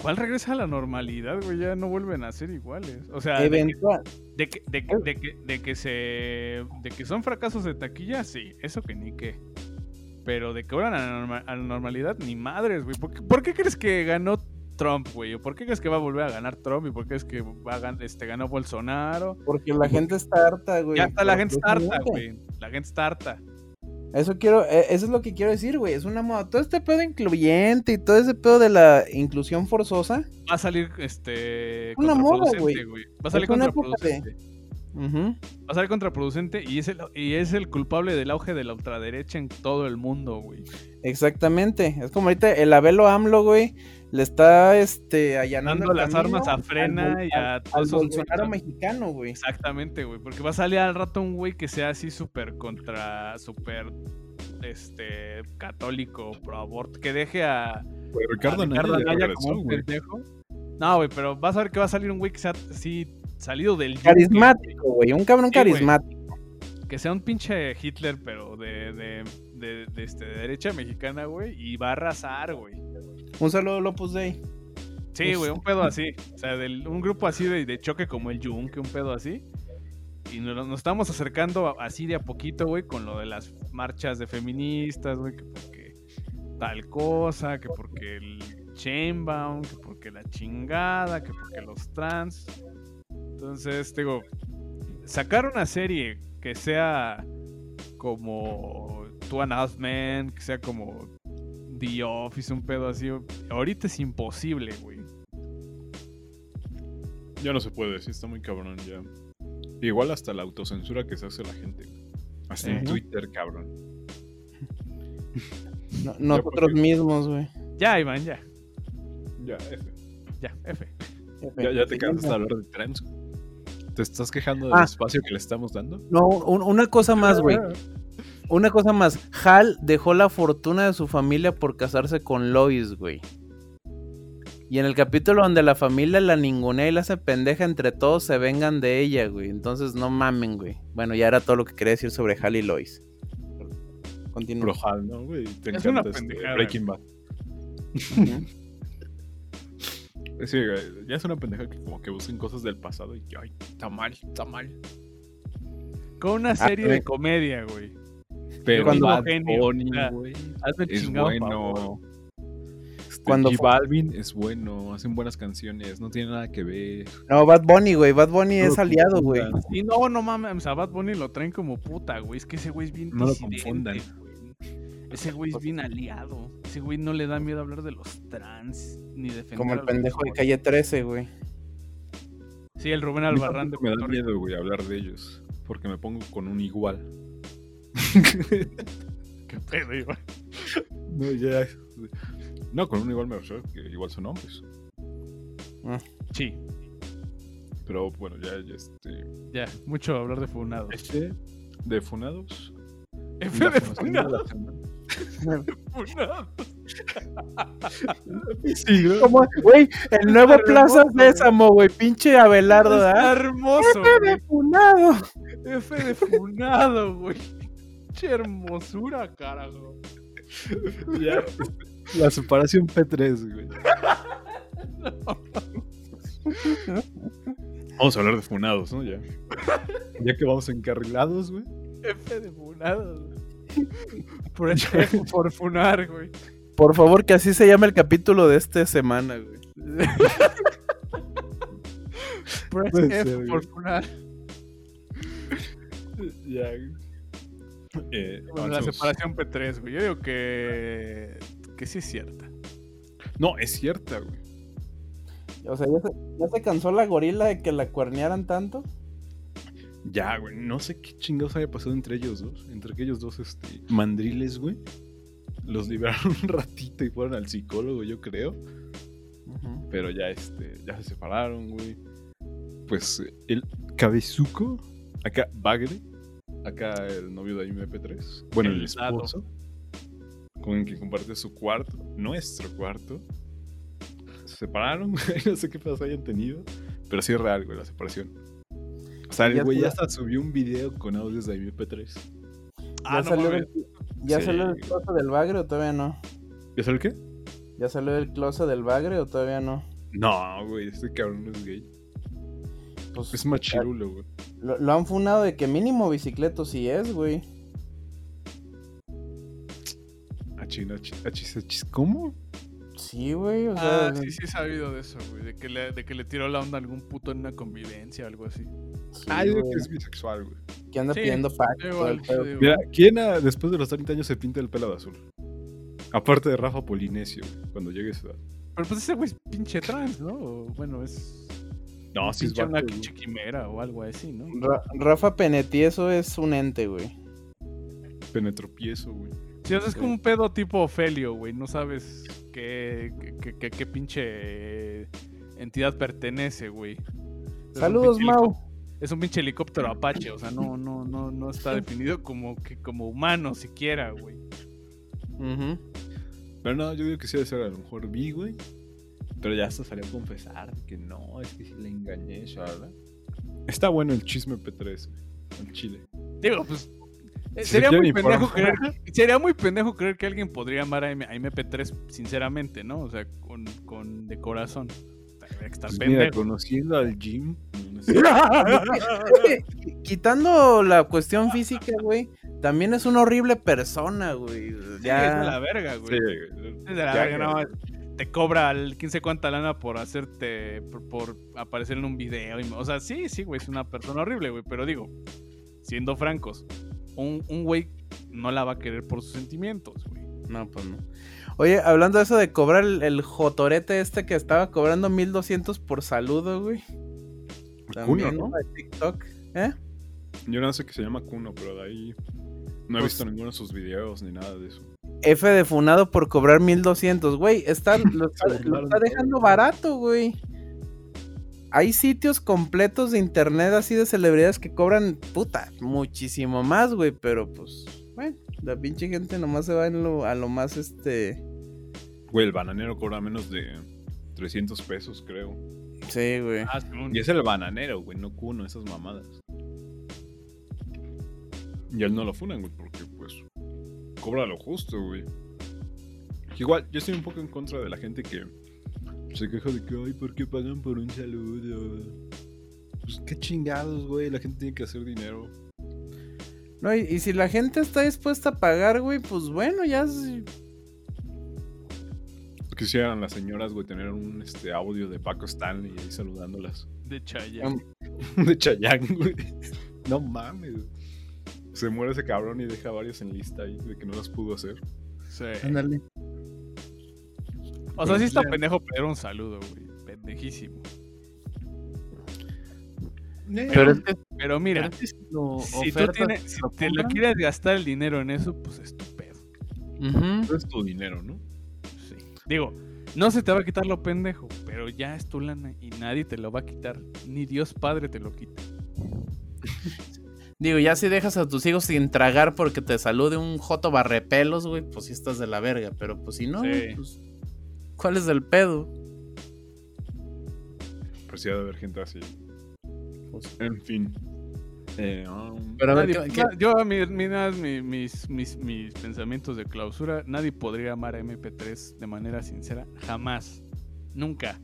S2: ¿Cuál regresa a la normalidad, güey? Ya no vuelven a ser iguales. O sea, Ah, de que,
S3: Eventual.
S2: de que- de que- de que- de que se. De que son fracasos de taquilla, sí, eso que ni qué. Pero de que vuelvan a la, norma- a la normalidad, ni madres, güey. ¿Por, qué- por qué crees que ganó Trump, güey? ¿O por qué crees que va a volver a ganar Trump? ¿Y por qué es que va a gan- este, ganó Bolsonaro?
S3: Porque la gente está harta, güey.
S2: ya está, la
S3: Porque
S2: gente
S3: es
S2: está harta,
S3: inerte.
S2: güey. La gente está harta.
S3: Eso quiero, e- eso es lo que quiero decir, güey. Es una moda. Todo este pedo incluyente y todo ese pedo de la inclusión forzosa.
S2: Va a salir, este.
S3: Una moda,
S2: contraproducente, Va a salir
S3: Es una época de-
S2: contraproducente.
S3: Ujú.
S2: va a ser contraproducente y es, el, y es el culpable del auge de la ultraderecha en todo el mundo, güey.
S3: Exactamente. Es como ahorita el Abelo AMLO, güey, le está este allanando
S2: Dando
S3: el
S2: las
S3: camino
S2: armas a
S3: al
S2: Frena
S3: Bol-
S2: y a
S3: al
S2: todos esos güeyes.
S3: Bolsonaro mexicano, güey.
S2: Exactamente, güey. Porque va a salir al rato un güey que sea así súper contra, súper, este, católico, pro aborto, que deje a, a
S1: Güey, Ricardo
S3: Ah,
S1: Anaya
S2: Ricardo
S1: ya
S2: Anaya
S1: regresó,
S2: como un
S1: güey.
S2: pendejo. No, güey, pero vas a ver que va a salir un güey que sea así salido del... yunque,
S3: Carismático, güey. Un cabrón
S2: Sí, güey.
S3: carismático.
S2: que sea un pinche Hitler, pero de, de, de, de, este, de derecha mexicana, güey, y va a arrasar, güey.
S3: Un saludo Lopus Dei.
S2: Sí, güey, un pedo así. O sea, del- un grupo así de, de choque como el Yunque, un pedo así. Y nos, nos estamos acercando a- así de a poquito, güey, con lo de las marchas de feministas, güey, que porque tal cosa, que porque el Chainbaum, que porque la chingada, que porque los trans. Entonces, digo, sacar una serie que sea como Two and a Half Men, que sea como The Office, un pedo así, ahorita es imposible, güey.
S1: Ya no se puede, sí, está muy cabrón ya. Igual hasta la autocensura que se hace la gente. güey. Hasta en
S2: Ujú.
S1: Twitter, cabrón.
S3: No- nosotros
S1: porque-
S3: mismos, güey.
S2: Ya, Iván, ya.
S1: Ya, F.
S2: Ya, F.
S1: Ya, ya te cansaste
S3: Sí,
S1: de
S3: güey.
S1: hablar de trans. ¿Te estás quejando del
S3: Ah.
S1: espacio que le estamos dando?
S3: No, un- una cosa más, güey.
S1: Ah,
S3: Una cosa más. Hal dejó la fortuna de su familia por casarse con Lois, güey. Y en el capítulo donde la familia la ningunea y la hace pendeja entre todos, se vengan de ella, güey. Entonces no mamen, güey. Bueno, ya era todo lo que quería decir sobre Hal y Lois. Continúa.
S1: Brojal, ¿no, güey? Te
S2: Es
S1: encanta
S2: una
S1: este
S2: pendejada,
S1: Breaking Bad. Sí, güey, ya es una pendeja que como que buscan cosas del pasado y que, ay, está mal, está mal.
S2: Con una serie
S1: Ah,
S3: güey.
S2: de comedia, güey.
S1: Pero
S3: Cuando-
S1: Bad
S2: genio,
S1: Bunny,
S2: o sea,
S1: güey,
S2: Hazme el
S1: es
S2: chingado
S1: bueno.
S2: favor.
S1: Está
S3: Cuando
S1: G
S3: fue-
S1: Balvin es bueno, hacen buenas canciones, no tiene nada que ver.
S3: No, Bad Bunny, güey. Bad Bunny es
S1: Puro
S3: aliado, güey.
S1: cultura.
S2: Y no, no mames, a Bad Bunny lo traen como puta, güey. Es que ese güey es bien
S1: No lo
S2: disidente,
S1: confundan.
S2: güey. Ese güey es bien aliado. Ese güey no le da miedo hablar de los trans ni defender
S3: Como
S2: a
S3: el
S2: los
S3: pendejo de
S2: gays.
S3: calle 13, güey.
S2: Sí, el Rubén
S1: A mí
S2: Albarrán de
S1: tampoco me
S2: Puerto
S1: da
S2: Rico.
S1: miedo, güey, hablar de ellos. Porque me pongo con un igual.
S2: Qué pedo, güey.
S1: No, ya. No, con un igual me refiero que igual son hombres.
S2: Sí,
S1: Pero bueno, ya, ya este.
S2: ya, mucho hablar de funado.
S1: Este de funados. <laughs>
S2: F
S1: la
S2: de
S1: fundación de
S2: funado.
S1: la semana.
S2: funado.
S1: <laughs> Sí, ¿no? <laughs>
S3: Como, güey, el nuevo
S2: Está
S3: Plaza
S2: hermoso,
S3: Sésamo, güey. Pinche Abelardo,
S2: Está
S3: ¿verdad?
S2: hermoso, güey.
S3: Funado.
S2: F de funado, güey. Qué hermosura, carajo.
S1: Ya, La separación P3, güey. <laughs> Vamos a hablar de funados, ¿no? Ya. Ya que vamos encarrilados, güey.
S2: F de funado. güey. Por, eso,
S1: <laughs>
S2: por funar, güey.
S3: Por favor, que así se llame el capítulo de esta semana, güey.
S2: Press
S1: Puede
S2: F
S1: ser,
S2: por
S1: güey.
S2: funar.
S1: Ya. Eh,
S2: Bueno, la
S1: avancemos.
S2: separación P3, güey. Yo digo que. que sí es cierta.
S1: No, es cierta, güey.
S3: O sea, ¿ya se, ya se cansó la gorila de que la cuernearan tanto?
S1: Ya, güey. No sé qué chingados haya pasado entre ellos dos. Entre aquellos dos este, mandriles, güey. Los liberaron <laughs> un ratito y fueron al psicólogo, yo creo. Pero ya, este, ya se separaron, güey. Pues eh, el cabezuco, acá Bagre, acá el novio de MP3. Bueno, el,
S2: El dado.
S1: esposo. Con el que comparte su cuarto, nuestro cuarto. Se separaron, <laughs> güey. No sé qué pedos hayan tenido. Pero sí es real, güey, la separación. O sea,
S3: Ya
S1: el güey
S3: tú-
S1: ya hasta subió un video con audios de MP3.
S2: Ah,
S3: ¿Ya
S2: no
S3: salió,
S2: mames.
S3: del, ¿ya
S1: Sí.
S3: salió del closet del bagre o todavía no?
S1: ¿Ya sabes qué?
S3: ¿Ya salió del closet del bagre o todavía no?
S1: No, güey, este cabrón no es gay.
S3: Pues
S1: Es machirulo, güey.
S3: lo, lo han funado de que mínimo bicicleto sí es, güey.
S1: Achis, achis, achis, achis, ah, ¿Cómo?
S3: Sí, güey, o sea,
S2: Ah, sí, sí he sabido de eso, güey. De que, le, de que le tiró la onda a algún puto en una convivencia o algo así.
S3: sí,
S1: Ah, yo digo
S3: güey,
S1: que es bisexual, güey.
S3: que anda
S2: Sí,
S3: pidiendo pack.
S2: Yo
S3: todo el
S2: igual,
S3: pedo.
S2: yo digo,
S1: Mira, ¿quién ah, después de los 30 años se pinta el pelo de azul? Aparte de Rafa Polinesio, güey, cuando llegue a esa edad.
S2: Pero pues ese güey es pinche trans, ¿no? O, Bueno, es.
S1: No, sí es
S2: pinche una
S1: vato, güey.
S2: chiquimera o algo así, ¿no?
S3: Ra- Rafa Penetti, eso es un ente, güey.
S1: Penetropiezo, güey.
S2: Sí, o sea, es como un pedo tipo Ofelio, güey. No sabes qué, qué, qué- qué- qué pinche eh, entidad pertenece, güey. Es un
S3: Saludos,
S2: pinche
S3: Mau.
S2: helico- Es un pinche helicóptero apache, o sea, no, no, no, no está definido como que como humano siquiera, güey.
S3: Ujú.
S1: Pero no, yo digo que sí debe ser a lo mejor bi, güey. Pero ya hasta salió a confesar de que no, es que sí le engañé, ¿verdad? Está bueno el chisme P3, güey. En Chile.
S2: Digo, pues. eh,
S1: Si
S2: sería,
S1: quieren
S2: muy pendejo creer,
S1: informar.
S2: sería muy pendejo creer que alguien podría amar a, M- a MP3, sinceramente, ¿no? O sea, con, con de corazón. Tendría que estar
S1: Pues mira,
S2: pendejo.
S1: conociendo al Jim. no <laughs> sé.
S3: Qui- Quitando la cuestión física, güey, también es una horrible persona, güey.
S2: Sí, es de la
S3: Ya.
S2: verga,
S1: Sí,
S2: güey.
S1: güey.
S2: Es de
S1: Ya,
S2: la verga,
S1: ya.
S2: no, es- Te cobra el 15 cuánta lana por hacerte. por, por aparecer en un video. y- o sea, sí, sí, güey, es una persona horrible, güey. Pero digo, siendo francos, un, un güey no la va a querer por sus sentimientos, güey.
S3: No, pues no. Oye, hablando de eso de cobrar el, el jotorete este que estaba cobrando 1200 por saludo, güey.
S1: Cuno,
S3: También,
S1: ¿no?
S3: De TikTok. ¿Eh?
S1: Yo no sé que se llama Cuno, pero de ahí no he
S3: Pues-
S1: visto ninguno de sus videos ni nada de eso.
S3: F de funado por cobrar 1200, güey. Está, lo, está,
S1: Se burlaron
S3: lo está
S1: de
S3: dejando
S1: todo.
S3: barato, güey. Hay sitios completos de internet así de celebridades que cobran, puta, muchísimo más, güey. Pero pues, bueno, la pinche gente nomás se va en lo- a lo más este.
S1: Güey, el bananero cobra menos de 300 pesos, creo.
S3: Sí, güey.
S2: Ah, sí, un-
S1: Y es el bananero, güey, no Cuno, esas mamadas. Y él no lo funan, güey, porque pues cobra lo justo, güey. Igual, yo estoy un poco en contra de la gente que se queja de que, ay, ¿por qué pagan por un saludo? Pues qué chingados, güey, la gente tiene que hacer dinero.
S3: No, y, y si la gente está dispuesta a pagar, güey, pues bueno, ya. es-
S1: quisieran las señoras, güey, tener un este, audio de Paco Stanley ahí saludándolas.
S2: De Chaya.
S5: Em,
S1: <laughs> De Chayanne, güey. No mames. Se muere ese cabrón y deja varios en lista ahí de que no las pudo hacer.
S2: Sí.
S5: Ándale.
S2: O sea, sí está pendejo pedir un saludo, güey. Pendejísimo. Eh,
S3: Pero es que,
S2: Pero
S3: pero
S2: mira,
S3: es que si lo
S2: si tú
S3: ofertas,
S2: tienes,
S3: te
S2: si
S3: lo
S2: te lo
S3: compran,
S2: quieres gastar el dinero en eso, pues es tu pedo.
S5: Ujú.
S1: No es tu dinero, ¿no?
S2: Sí. Digo, no se te va a quitar lo pendejo, pero ya es tu lana y nadie te lo va a quitar. Ni Dios Padre te lo quita.
S3: Digo, ya si dejas a tus hijos sin tragar porque te salude un joto barrepelos, güey, pues sí estás de la verga. Pero pues si no,
S2: Sí.
S3: güey, pues, ¿cuál es el pedo?
S1: Pero sí ha de haber gente así.
S3: Pues-
S1: En fin. Eh, um,
S3: Pero a ver,
S2: Nadie-
S3: ¿qué- qué-
S2: na- yo, a mi- mi- nada, mi- mis, mis, mis pensamientos de clausura, nadie podría amar a MP3 de manera sincera, jamás, nunca.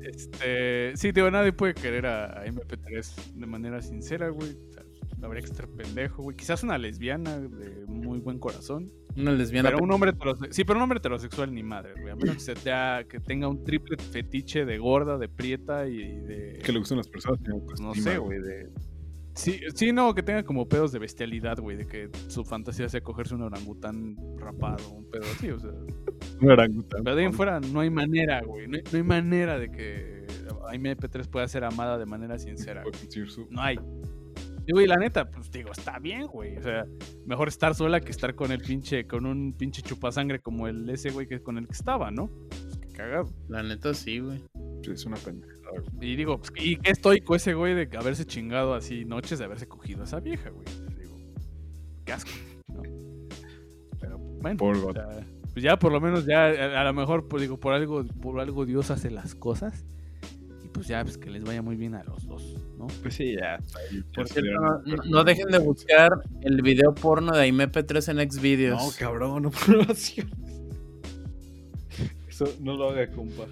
S2: Este, sí, digo, nadie puede querer a, a MP3 de manera sincera, güey. O sea, habría que estar pendejo, güey. Quizás una lesbiana de muy buen corazón.
S3: una lesbiana.
S2: Pero un hombre heterosexual. Sí, pero un hombre heterosexual ni madre, güey. A menos que, se tenga- que tenga un triple fetiche de gorda, de prieta y de.
S1: que le gustan las personas. tiene
S2: Pues no
S1: autoestima,
S2: sé, güey, de... Sí, sí, no, que tenga como pedos de bestialidad, güey, de que su fantasía sea cogerse un orangután rapado, un pedo así, o sea.
S1: Un orangután.
S2: Pero de ahí en fuera no hay manera, güey, no hay, no hay manera de que MP3 pueda ser amada de manera sincera,
S1: Puede
S2: güey.
S1: conseguir su-
S2: No hay. Y, güey, la neta, pues digo, está bien, güey, o sea, mejor estar sola que estar con el pinche, con un pinche chupasangre como el ese, güey, que con el que estaba, ¿no? Pues, qué cagado.
S3: La neta sí, güey.
S1: Sí, es una pendejada, güey.
S2: Y digo, pues, y qué estoico ese güey de haberse chingado así noches de haberse cogido a esa vieja, güey. Digo, qué asco, ¿no? Pero bueno,
S1: Por
S2: o
S1: God.
S2: sea, pues ya por lo menos ya a, a lo mejor pues digo, por algo por algo Dios hace las cosas y pues ya pues que les vaya muy bien a los dos, ¿no?
S1: Pues sí, ya.
S3: Por cierto, no, no- no dejen de buscar el video porno de IMP3 en Xvideos.
S1: No, cabrón, no <laughs> probaciones. Eso no lo haga, compa.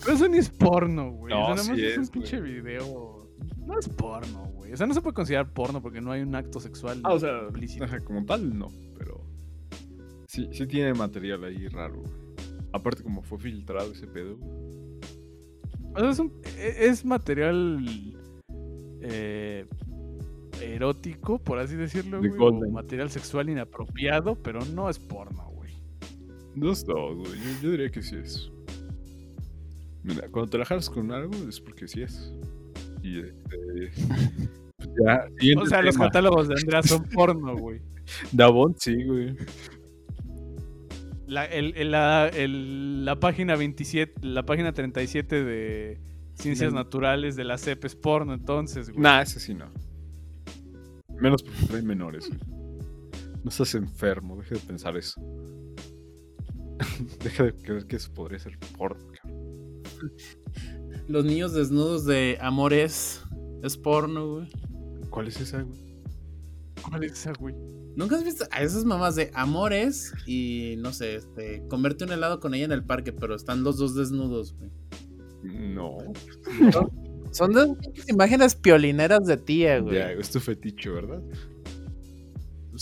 S2: Pero eso ni es porno, güey.
S1: No,
S2: o sea, nada
S1: sí
S2: más es un
S1: es, güey.
S2: pinche video. No es porno, güey. O sea, no se puede considerar porno porque no hay un acto sexual
S1: Ah, o sea,
S2: implícito.
S1: ajá, como tal, no, pero. Sí, sí tiene material ahí raro, güey. Aparte, como fue filtrado ese pedo, güey.
S2: O sea, es, un- e- es material eh, erótico, por así decirlo,
S1: De
S2: güey,
S1: Golden.
S2: o material sexual inapropiado, pero no es porno, güey.
S1: Dos, dos, güey. Yo, yo diría que sí es. Mira, cuando trabajas con algo es porque sí es. Y este. pues ya,
S2: O sea, los catálogos de Andrea son porno, güey.
S1: Davon, sí, güey.
S2: La, el- el- la, el- la página 27, la página 37 de Ciencias
S1: Del-
S2: Naturales de la CEP es porno, entonces, güey.
S1: Nah, ese sí no. Menos porque trae menores, güey. No estás enfermo, deja de pensar eso. <laughs> deja de creer que eso podría ser porno, cabrón.
S3: Los niños desnudos de Amores es porno, güey.
S1: ¿Cuál es esa, güey?
S2: ¿Cuál es esa, güey?
S3: ¿Nunca has visto a esas mamás de Amores y no sé, este, comerte un helado con ella en el parque, pero están los dos desnudos, güey?
S1: No.
S3: Son de imágenes piolineras de tía, güey.
S1: Ya, es tu fetiche, ¿verdad?
S3: Sí,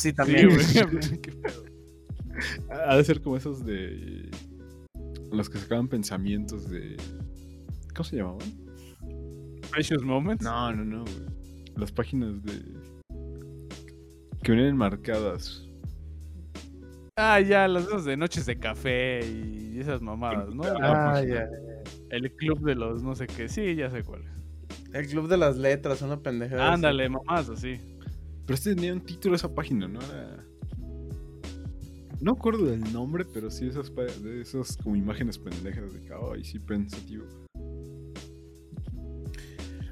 S2: Sí,
S1: <laughs>
S3: también.
S2: güey. Qué pedo.
S1: Ha de ser como esos de. Los que sacaban pensamientos de. ¿Cómo se llamaban?
S2: Precious Moments.
S1: No, no, no, güey. Las páginas de. Que venían enmarcadas.
S2: Ah, ya, las dos de noches de café y esas mamadas, ¿no?
S1: Ah,
S5: pues,
S3: ya.
S2: El club de los no sé qué. Sí, ya sé cuál es.
S5: El club de las letras, una pendejada. así.
S2: Ándale, mamás, así.
S1: Pero este tenía un título esa página, ¿no? Era... No acuerdo del nombre, pero sí esas, pa- de esas como imágenes pendejas de que, ay, sí, pensativo.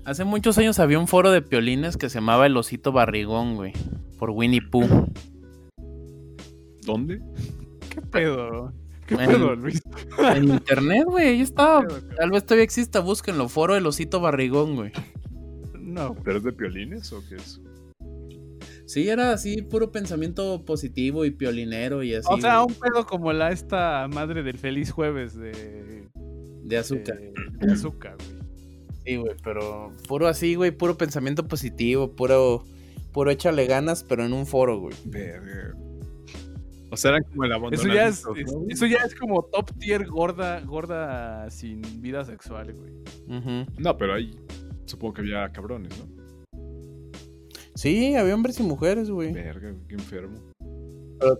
S3: Hace muchos años había un foro de piolines que se llamaba El Osito Barrigón, güey. Por Winnie Pooh.
S1: ¿Dónde?
S2: ¿Qué pedo? ¿Qué
S3: Bueno.
S2: pedo, Luis?
S3: En internet, güey. Ahí estaba.
S2: Qué pedo, cabrón.
S3: Tal vez todavía exista. Búsquenlo. Foro El Osito Barrigón, güey.
S2: No,
S1: Ah, ¿Pero es de piolines o qué es?
S3: Sí, era así, puro pensamiento positivo y piolinero y así.
S2: o sea,
S3: güey,
S2: un pedo como la esta madre del feliz jueves de,
S3: de azúcar.
S2: de, de azúcar, güey.
S3: Sí, güey, pero.
S5: Puro así, güey, puro pensamiento positivo, puro, puro échale ganas, pero en un foro, güey.
S1: Verga. O sea, eran como el
S2: Eso ya, es,
S1: abandonamiento,
S2: es-
S1: ¿no?
S2: eso ya es como top tier gorda, gorda sin vida sexual, güey.
S3: Ujú.
S1: No, pero ahí supongo que había cabrones, ¿no?
S3: Sí, había hombres y mujeres, güey.
S1: Verga, qué enfermo.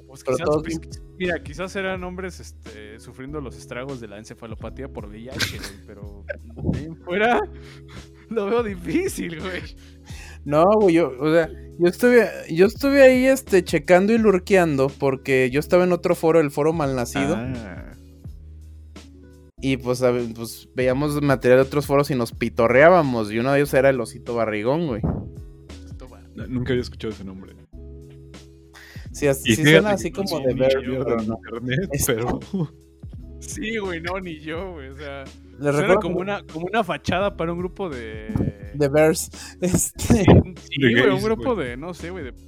S2: Pues
S3: Pero
S2: quizás,
S3: todos
S2: pues, mira, quizás eran hombres este, sufriendo los estragos de la encefalopatía por VIH, güey, pero de ahí en fuera lo veo difícil, güey.
S3: No, güey, yo, o sea, yo estuve, yo estuve ahí este, checando y lurqueando porque yo estaba en otro foro, el foro malnacido.
S1: Ah,
S3: Y pues, a ver, pues, veíamos material de otros foros y nos pitorreábamos. Y uno de ellos era el osito barrigón, güey.
S2: Esto va.
S1: no, nunca había escuchado ese nombre.
S3: Sí, así, sí
S1: fíjate
S3: suena
S1: que
S3: así
S1: no
S3: como
S1: soy
S3: de
S1: un
S3: ver.
S1: niño
S3: pero
S1: de
S3: no.
S1: internet,
S3: Es-
S1: pero
S2: Sí, güey, no, ni yo, güey. O sea,
S3: Les
S2: suena
S3: recuerdo
S2: como una, como una fachada para un grupo de.
S3: de Bears. <laughs> Este,
S2: Sí,
S1: De
S2: güey, un
S1: gays,
S2: grupo de, no sé, güey, de, de-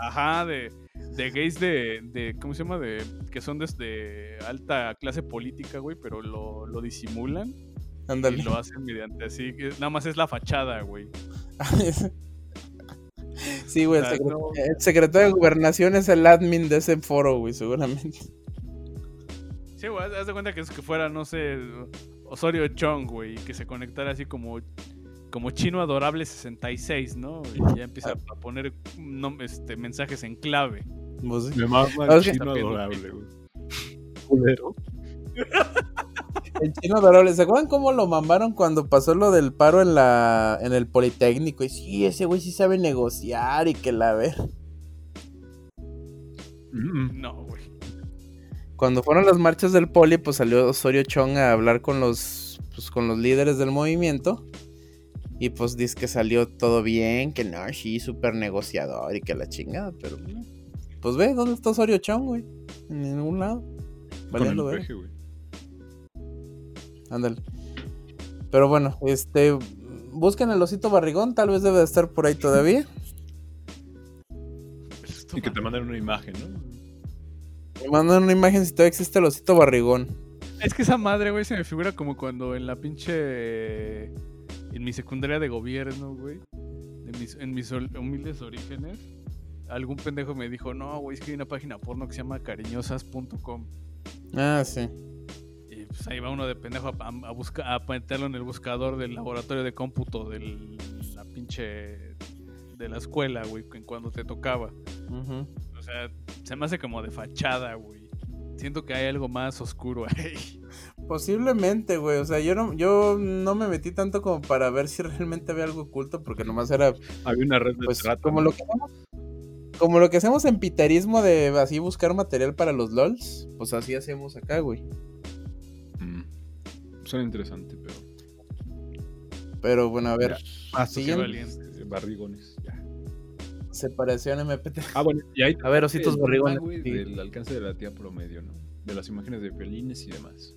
S2: ajá, de, de gays de, de, ¿cómo se llama? De, que son desde alta clase política, güey, pero lo, lo disimulan y
S3: ándale.
S2: lo hacen mediante así, que nada más es la fachada, güey.
S3: <laughs> sí, güey, el,
S2: O sea,
S3: secre-
S2: Ah, no.
S3: el secretario de gobernación es el admin de ese foro, güey, seguramente.
S2: Sí, güey, haz- haz de cuenta que es que fuera, no sé, Osorio Chong, güey, y que se conectara así como, como chino adorable 66, ¿no? Y ya empieza a poner nom- este, mensajes en clave.
S3: Pues, sí.
S1: <laughs> me
S3: <laughs>
S1: mama
S3: Ah,
S1: el
S3: es que-
S1: chino
S2: Está bien,
S1: adorable, güey. Culero.
S3: El chino adorable. ¿Se acuerdan cómo lo mamaron cuando pasó lo del paro en la en el Politécnico? Y sí, ese güey sí sabe negociar y que la ver.
S1: Mm, mm.
S2: No, güey.
S3: Cuando fueron las marchas del Poli, pues salió Osorio Chong a hablar con los pues, con los líderes del movimiento. Y pues dice que salió todo bien, que no, sí, súper negociador y que la chingada, pero no. pues ve, ¿dónde está Osorio Chong, güey? En ningún lado.
S1: Con el
S3: Valiendo, ver.
S1: peje, güey.
S3: Ándale. Pero bueno, este. Busquen el osito barrigón, tal vez debe de estar por ahí <laughs> todavía.
S1: Y que te mandan una imagen, ¿no?
S3: Me mandan una imagen si todavía existe el osito barrigón.
S2: Es que esa madre, güey, se me figura como cuando en la pinche. En mi secundaria de gobierno, güey. En mis, en mis ol- humildes orígenes. Algún pendejo me dijo, no, güey, es que hay una página porno que se llama cariñosas.com.
S3: Ah, sí.
S2: Y pues ahí va uno de pendejo a, a, busca- a meterlo en el buscador del laboratorio de cómputo de la pinche. de la escuela, güey, en cuando te tocaba.
S3: Ujú.
S2: O sea, se me hace como de fachada, güey. Siento que hay algo más oscuro ahí.
S3: Posiblemente, güey. O sea, yo no, yo no me metí tanto como para ver si realmente había algo oculto, porque nomás era
S1: Había una red de
S3: pues
S1: trato.
S3: como
S1: ¿no?
S3: lo que hacemos, como lo que hacemos en pitarismo de así buscar material para los LOLs, pues así hacemos acá, güey.
S1: Mm. Suena interesante, pero.
S3: Pero bueno, a ver,
S2: <laughs>
S1: Ah,
S3: sí, ya-
S2: valiente.
S1: Barrigones. ya.
S3: separación MPT.
S1: Ah, bueno, y ahí
S3: A ver, ositos
S1: el
S3: barrigones.
S1: tema, güey,
S3: sí.
S1: Del alcance de la tía promedio, ¿no? De las imágenes de violines y demás.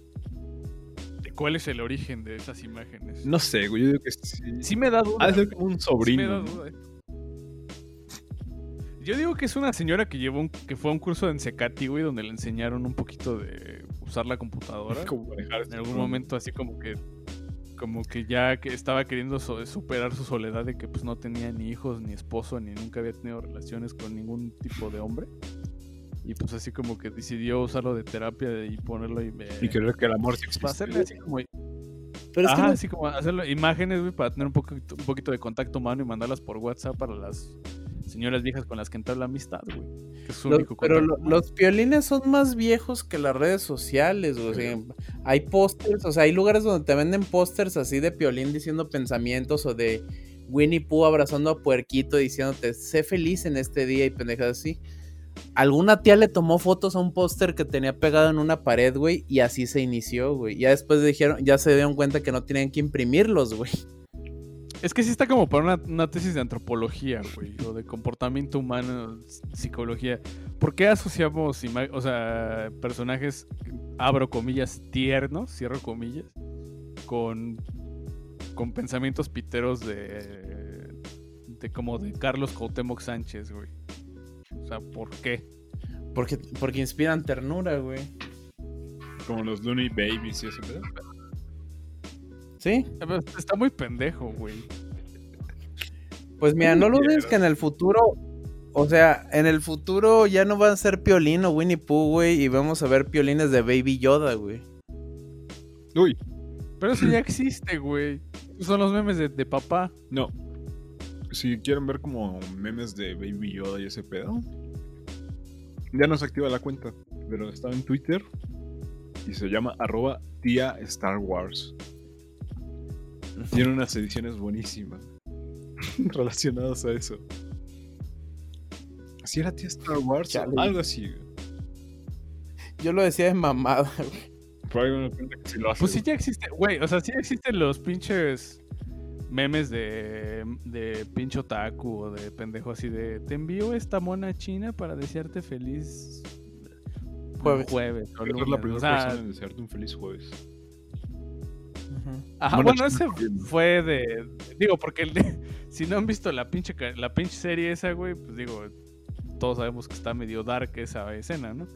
S2: ¿De ¿Cuál es el origen de esas imágenes?
S1: No sé, güey. Yo digo que sí.
S2: Sí me da duda.
S1: ha de ser
S2: güey.
S1: como un
S2: Sí me da
S1: Ah, sobrino. ¿no?
S2: duda. eh. Yo digo que es una señora que llevó un- que fue a un curso de Ensecati, güey, donde le enseñaron un poquito de usar
S1: <laughs>
S2: la computadora.
S1: Como manejar
S2: En
S1: este
S2: algún
S1: fondo.
S2: momento así como que como que ya que estaba queriendo so- superar su soledad de que pues no tenía ni hijos ni esposo ni nunca había tenido relaciones con ningún tipo de hombre. Y pues así como que decidió usarlo de terapia y ponerlo y, me,
S1: Y creo que el amor sí existe.
S2: para hacerle así como
S3: Pero es que
S2: Ajá,
S3: no-
S2: así como hacerlo, imágenes, güey, para tener un poquito, un poquito de contacto humano y mandarlas por WhatsApp para las señoras viejas con las que entra la amistad, güey. Que es su
S3: Los-
S2: único
S3: pero
S2: contacto
S3: lo-
S2: humano.
S3: los piolines son más viejos que las redes sociales, güey, o sea, hay pósters, o sea, hay lugares donde te venden pósters así de piolín diciendo pensamientos o de Winnie Pooh abrazando a Puerquito diciéndote, sé feliz en este día y pendejadas así. Alguna tía le tomó fotos a un póster que tenía pegado en una pared, güey, y así se inició, güey. Ya después dijeron, ya se dieron cuenta que no tenían que imprimirlos, güey.
S2: Es que sí está como para una, una tesis de antropología, güey, o de comportamiento humano, s- psicología. ¿Por qué asociamos, ima- o sea, personajes, abro comillas, tiernos, cierro comillas, con, con pensamientos piteros de, de como de Carlos Cuauhtémoc Sánchez, güey? O sea, ¿por qué?
S3: Porque, porque inspiran ternura, güey.
S1: Como los Looney Babies y ese pedo.
S3: ¿Sí?
S2: Está muy pendejo, güey.
S3: Pues mira, no lo dudes que en el futuro O sea, en el futuro ya no van a ser Piolín o Winnie Pooh, güey, y vamos a ver piolines de Baby Yoda, güey.
S1: Uy,
S2: Pero eso ya existe, güey. Son los memes de, de papá.
S1: no. Si quieren ver como memes de Baby Yoda y ese pedo, ya nos activa la cuenta, pero está en Twitter y se llama arroba tía Star Wars. Tiene unas ediciones buenísimas <laughs> relacionadas a eso. Si era tía Star Wars,
S3: Chale.
S1: algo así. güey.
S3: Yo lo decía de mamada, <laughs> güey.
S1: Por ahí me doy cuenta que sí lo hace,
S2: Pues sí,
S1: güey.
S2: ya existe, güey. O sea, sí existen los pinches memes de, de pincho taku o de pendejo así de te envío esta mona china para desearte feliz o
S3: Jueves.
S1: Creo que es
S2: lunes".
S1: la
S2: O
S1: primera
S2: sea,
S1: persona en desearte un feliz
S2: <clears throat>
S1: jueves.
S2: Ajá,
S1: Mona
S2: bueno, ese
S1: china también, ¿no?
S2: fue de. Digo, porque el de- <laughs> si no han visto la pinche, ca- la pinche serie esa, güey, pues digo, todos sabemos que está medio dark esa escena, ¿no?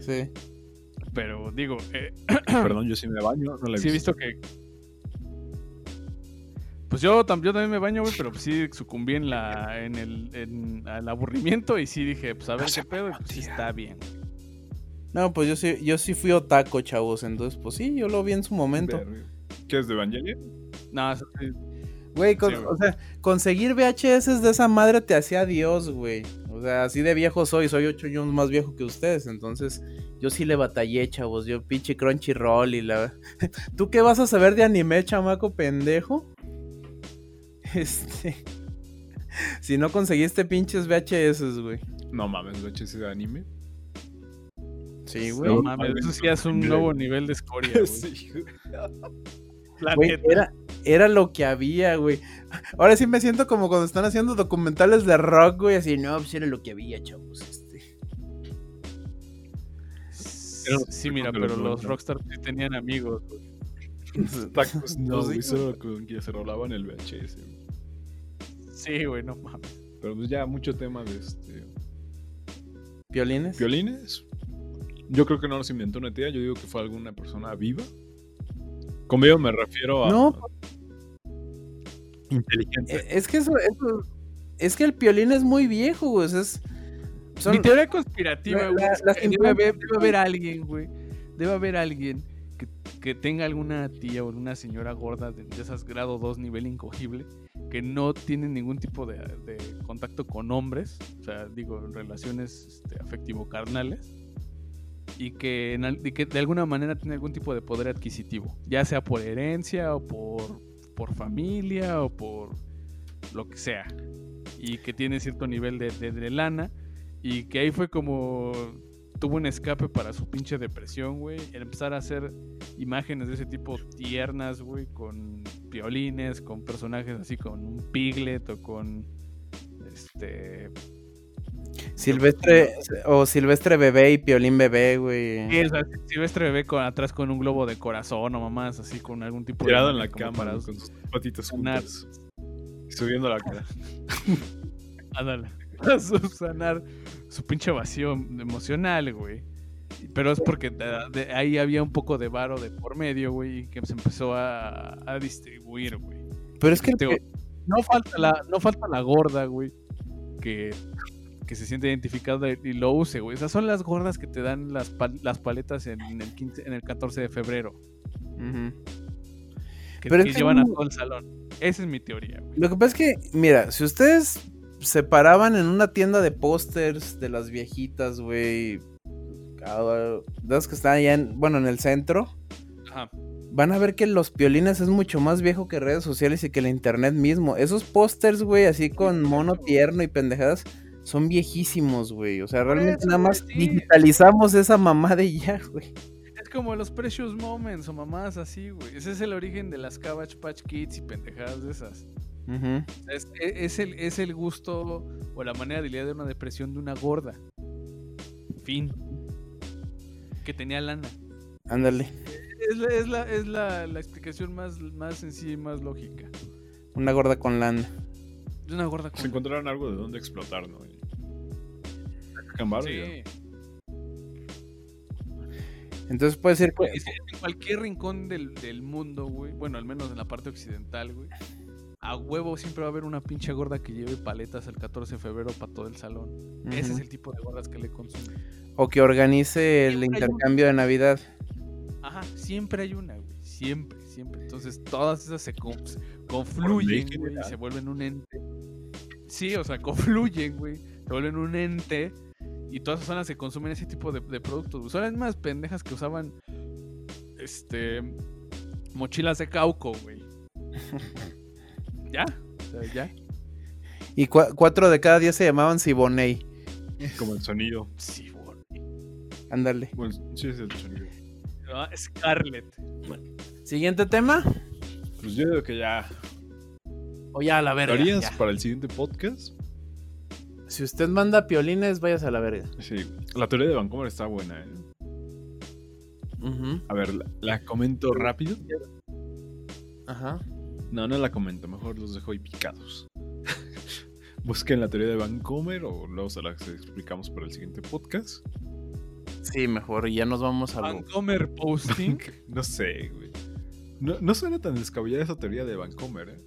S3: Sí.
S2: Pero digo, eh,
S1: Perdón, yo sí me baño, no la he
S2: sí he
S1: visto.
S2: visto que. Pues yo, tam- yo también me baño, güey, pero pues sí sucumbí en la, en el, en, al aburrimiento y sí dije, pues
S3: Ah,
S2: a ver qué pedo, y pues sí está bien.
S3: No, pues yo sí, yo sí fui otaco, chavos, entonces, pues sí, yo lo vi en su momento.
S1: Verga. ¿Qué es de Evangelion?
S2: No, eso sí,
S3: Güey, con-
S2: Sí, güey.
S3: o sea, conseguir VHS de esa madre te hacía Dios, güey. O sea, así de viejo soy, soy ocho años más viejo que ustedes, entonces yo sí le batallé, chavos. Yo pinche Crunchyroll y la. <laughs> ¿Tú qué vas a saber de anime, chamaco pendejo? <laughs> Este. Si no conseguiste pinches VHS, güey.
S1: No mames, lo eché de <laughs> anime.
S3: Sí,
S1: güey.
S2: no mames, eso sí es un nuevo nivel de
S1: <laughs>
S2: escoria, güey.
S1: Sí, güey.
S2: La
S3: Güey,
S2: neta.
S3: era, era lo que había, güey. Ahora sí me siento como cuando están haciendo documentales de rock, güey. Así, no, pues era lo que había, chavos. Este.
S1: Era un
S2: Sí, mira,
S1: de los
S2: pero los
S1: noventa.
S2: Rockstar sí tenían amigos, güey.
S1: Tacos, no,
S3: sí.
S1: güey, solo con que se rolaban el VHS. güey.
S2: Sí, güey, no mames.
S1: Pero pues ya mucho tema de este
S3: ¿Violines?
S1: violines. Yo creo que no los inventó una tía, yo digo que fue alguna persona viva. Con vivo me refiero a
S3: No,
S2: pues,
S1: inteligente.
S3: Eh, Es que eso, eso- es que el piolín es muy viejo, güey. o sea, es- son-
S2: Mi teoría conspirativa,
S3: la-
S2: güey.
S3: la-
S2: es
S3: las
S2: que debe,
S3: impuras-
S2: haber, debe
S3: <laughs>
S2: haber alguien, güey. Debe haber alguien que, que tenga alguna tía o una señora gorda de, de esas grado 2 nivel incogible que no tiene ningún tipo de, de contacto con hombres, o sea, digo, en relaciones este, afectivo-carnal y que, en al- y que de alguna manera tiene algún tipo de poder adquisitivo, ya sea por herencia o por, por familia o por lo que sea, y que tiene cierto nivel de, de- de lana, y que ahí fue como tuvo un escape para su pinche depresión, güey, el empezar a hacer imágenes de ese tipo tiernas, güey, con violines, con personajes así, con un piglet o con... Este,
S3: Silvestre o Silvestre bebé y piolín bebé,
S2: Sí,
S3: güey.
S2: o sea, si- si ves bebé con atrás con un globo de corazón o mamás así con algún tipo
S1: Tirado
S2: de
S1: en la
S2: imagen como
S1: cama
S2: para-
S1: güey, con sus patitas
S2: sanar.
S1: juntas. Y subiendo la cara.
S2: ándale, <laughs> para subsanar su pinche vacío emocional, güey. Pero es porque de- de ahí había un poco de varo de por medio, güey, y que se empezó a, a distribuir, güey.
S3: Pero es que el
S2: Digo,
S3: pi-
S2: no falta la, no falta la gorda, güey, que, que se siente identificada y lo use, güey. Esas son las gordas que te dan las, pal- las paletas en, el 15 en el 14 de febrero.
S3: Ujú.
S2: que,
S3: Pero
S2: que
S3: es que
S2: llevan a
S3: no-
S2: todo el salón. Esa es mi teoría, güey.
S3: Lo que pasa es que, mira, si ustedes se paraban en una tienda de pósters de las viejitas, güey, cada- de las que están allá, en, bueno, en el centro,
S2: Ajá.
S3: van a ver que los piolines es mucho más viejo que redes sociales y que el internet mismo. Esos pósters, güey, así con mono tierno y pendejadas, son viejísimos, güey. O sea, realmente
S2: eso,
S3: nada
S2: güey,
S3: más
S2: sí.
S3: digitalizamos esa mamá de ya, güey.
S2: Es como los Precious Moments o mamás así, güey. Ese es el origen de las Cabbage Patch Kids y pendejadas de esas.
S3: Ujú.
S2: Es, e- es el, es el gusto o la manera de lidiar de una depresión de una gorda. Fin. Que tenía lana.
S3: Ándale,
S2: Es la, es la, es la, la explicación más, más sencilla y más lógica.
S3: una gorda con lana.
S2: De una gorda con
S1: Se encontraron algo de donde explotar, ¿no? Y- Acabaron, ya.
S2: Sí.
S3: Entonces puede ser
S2: Güey,
S3: que...
S2: es- en cualquier rincón del, del mundo, güey. Bueno, al menos en la parte occidental, güey. a huevo siempre va a haber una pinche gorda que lleve paletas el 14 de febrero para todo el salón. Ese es el tipo de gordas que le consumen.
S3: O que organice el
S2: Siempre hay una.
S3: intercambio de Navidad.
S2: Ajá, siempre hay una, güey. Siempre, siempre. Entonces todas esas se con- se confluyen,
S1: ley
S2: güey, y
S1: general.
S2: se vuelven un ente. Sí, o sea, <laughs> confluyen, güey. Se vuelven un ente. Y todas esas zonas se consumen ese tipo de, de productos. güey. Son las mismas pendejas que usaban este mochilas de cauco,
S1: <laughs>
S2: güey. ya, o sea, ya.
S3: Y cua- cuatro de cada diez se llamaban Siboney.
S1: Como el sonido.
S2: Sí, güey.
S3: Ándale.
S1: Bueno, sí es el sonido.
S2: Ah, Scarlett.
S3: Siguiente tema.
S1: Pues yo digo que ya.
S3: O ya a la
S1: ¿Lo
S3: verga.
S1: harías
S3: ya.
S1: para el siguiente podcast?
S3: Si usted manda piolines, vayas a la verga.
S1: Sí. La teoría de Vancomer está buena, ¿eh?
S3: Ujú,
S1: A ver, la, la comento rápido.
S3: Ajá.
S1: No, no la comento, mejor los dejo ahí picados. <laughs> Busquen la teoría de Vancomer o luego se las explicamos para el siguiente podcast.
S3: Sí, mejor. Ya nos vamos a. lo-
S2: Vancomer Posting.
S1: No sé, güey. No, no suena tan descabellada esa teoría de Vancomer, ¿eh?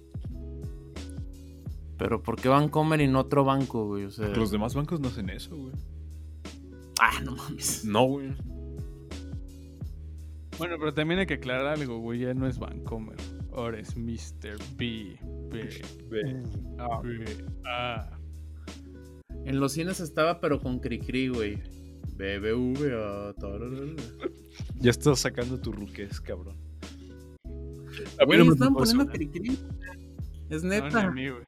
S3: Pero ¿por qué Bancomer y no otro banco, güey? O sea.
S1: Porque los demás bancos no hacen eso, güey.
S6: Ah, no mames.
S1: No, güey.
S2: Bueno, pero también hay que aclarar algo, güey. Ya no es Vancomer. Ahora es Mr. B. B.
S1: Eh, Ve.
S2: B. A.
S6: En los cines estaba, pero con Cricri, güey. BBVA. tararara.
S1: Ya estás sacando tu ruquez, cabrón. A mí
S6: Güey,
S1: no Ah, me
S6: estaban
S1: tocó eso.
S6: poniendo Cricri. Es
S2: ¿eh? No, ni a
S6: neta.
S2: mí, güey.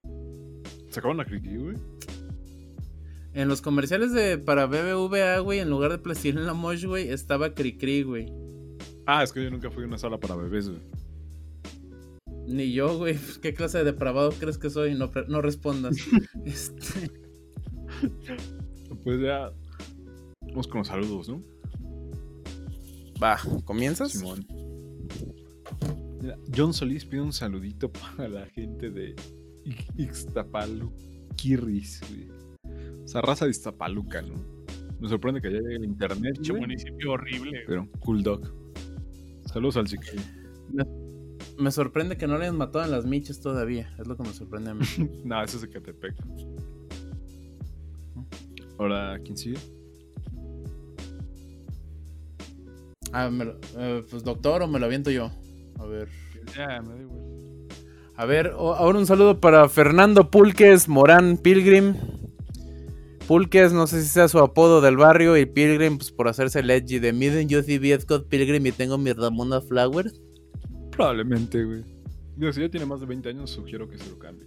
S1: ¿Sacaban la Criqui, güey?
S6: En los comerciales de para BBVA, güey, en lugar de Plastilina Mosh, güey, estaba Cricri, güey.
S1: Ah, es que yo nunca fui a una sala para bebés, güey.
S6: Ni yo, güey. <laughs> ¿Qué clase de depravado crees que soy? No, pre- no
S2: <laughs>
S6: respondas. Este,
S1: Pues ya. Vamos con los saludos, ¿no?
S3: Va, ¿comienzas?
S1: Simón. Mira, John Solís pide un saludito para la gente de I- Ixtapaluquirris, güey. O sea, raza de Iztapaluca, ¿no? Me sorprende que allá llegue el internet,
S2: Pinche
S1: güey,
S2: municipio horrible, güey.
S1: pero cool dog. Saludos al chico.
S6: me sorprende que no le hayan matado en las miches todavía. Es lo que me sorprende a mí.
S1: No, eso es de Catepec. Ahora, ¿quién sigue?
S6: Ah, me lo- eh, pues doctor o me lo aviento yo. A ver.
S2: Ya, me da igual.
S3: A ver, o- ahora un saludo para Fernando Pulques Morán Pilgrim. Pulques, no sé si sea su apodo del barrio, y Pilgrim, pues por hacerse el edgy de Miden, yo sí vi a Scott Pilgrim y tengo mi Ramona Flowers.
S1: Probablemente, güey. Digo, si ya tiene más de 20 años, sugiero que se lo cambie.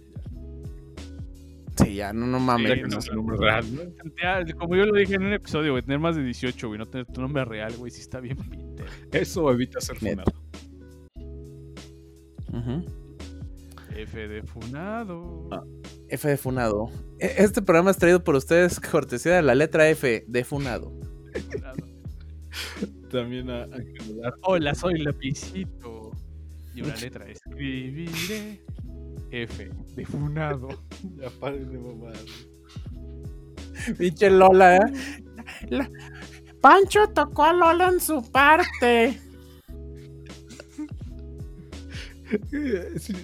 S1: Ya,
S3: Sí, ya, no, no mames.
S1: Ya
S2: Sí,
S1: que no
S2: no,
S1: es el nombre real, ¿no?
S2: Ya, como yo lo dije en un episodio, güey, tener más de 18, güey, no tener tu nombre real, güey, sí está bien pinter.
S1: Eso evita ser funado.
S3: Ujú.
S2: F de funado.
S1: Ah.
S3: F de Funado. E- Este programa es traído por ustedes, cortesía de la letra F de Funado.
S2: funado.
S1: También a, a Candelar.
S2: Hola, soy Lapicito. Y una letra escribiré. F de funado.
S1: Ya paren de mamar.
S3: Pinche Lola, ¿eh? Pancho tocó a Lola en su parte.
S1: Eh, Si,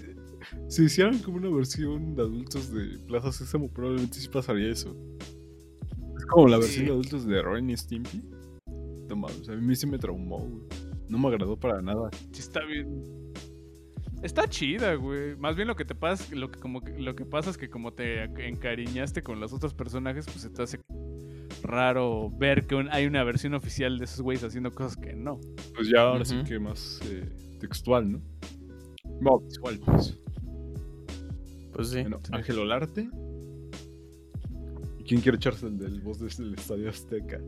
S1: si hicieran como una versión de adultos de Plaza Sésamo, probablemente sí pasaría eso. Es como la versión
S2: Sí.
S1: de adultos de Ren y Stimpy. No mames, a mí sí me traumó, güey. No me agradó para nada.
S2: Sí está bien. Está chida, güey. Más bien lo que te pasa, lo que como que- lo que pasa es que como te encariñaste con los otros personajes, pues se te hace raro ver que un- hay una versión oficial de esos güeyes haciendo cosas que no.
S1: Pues ya ahora sí
S3: Ujú.
S1: que más eh, textual, ¿no? No, visual, pues.
S3: Pues sí.
S1: Bueno, Ángel Olarte. ¿Y quién quiere echarse el del voz del Estadio Azteca?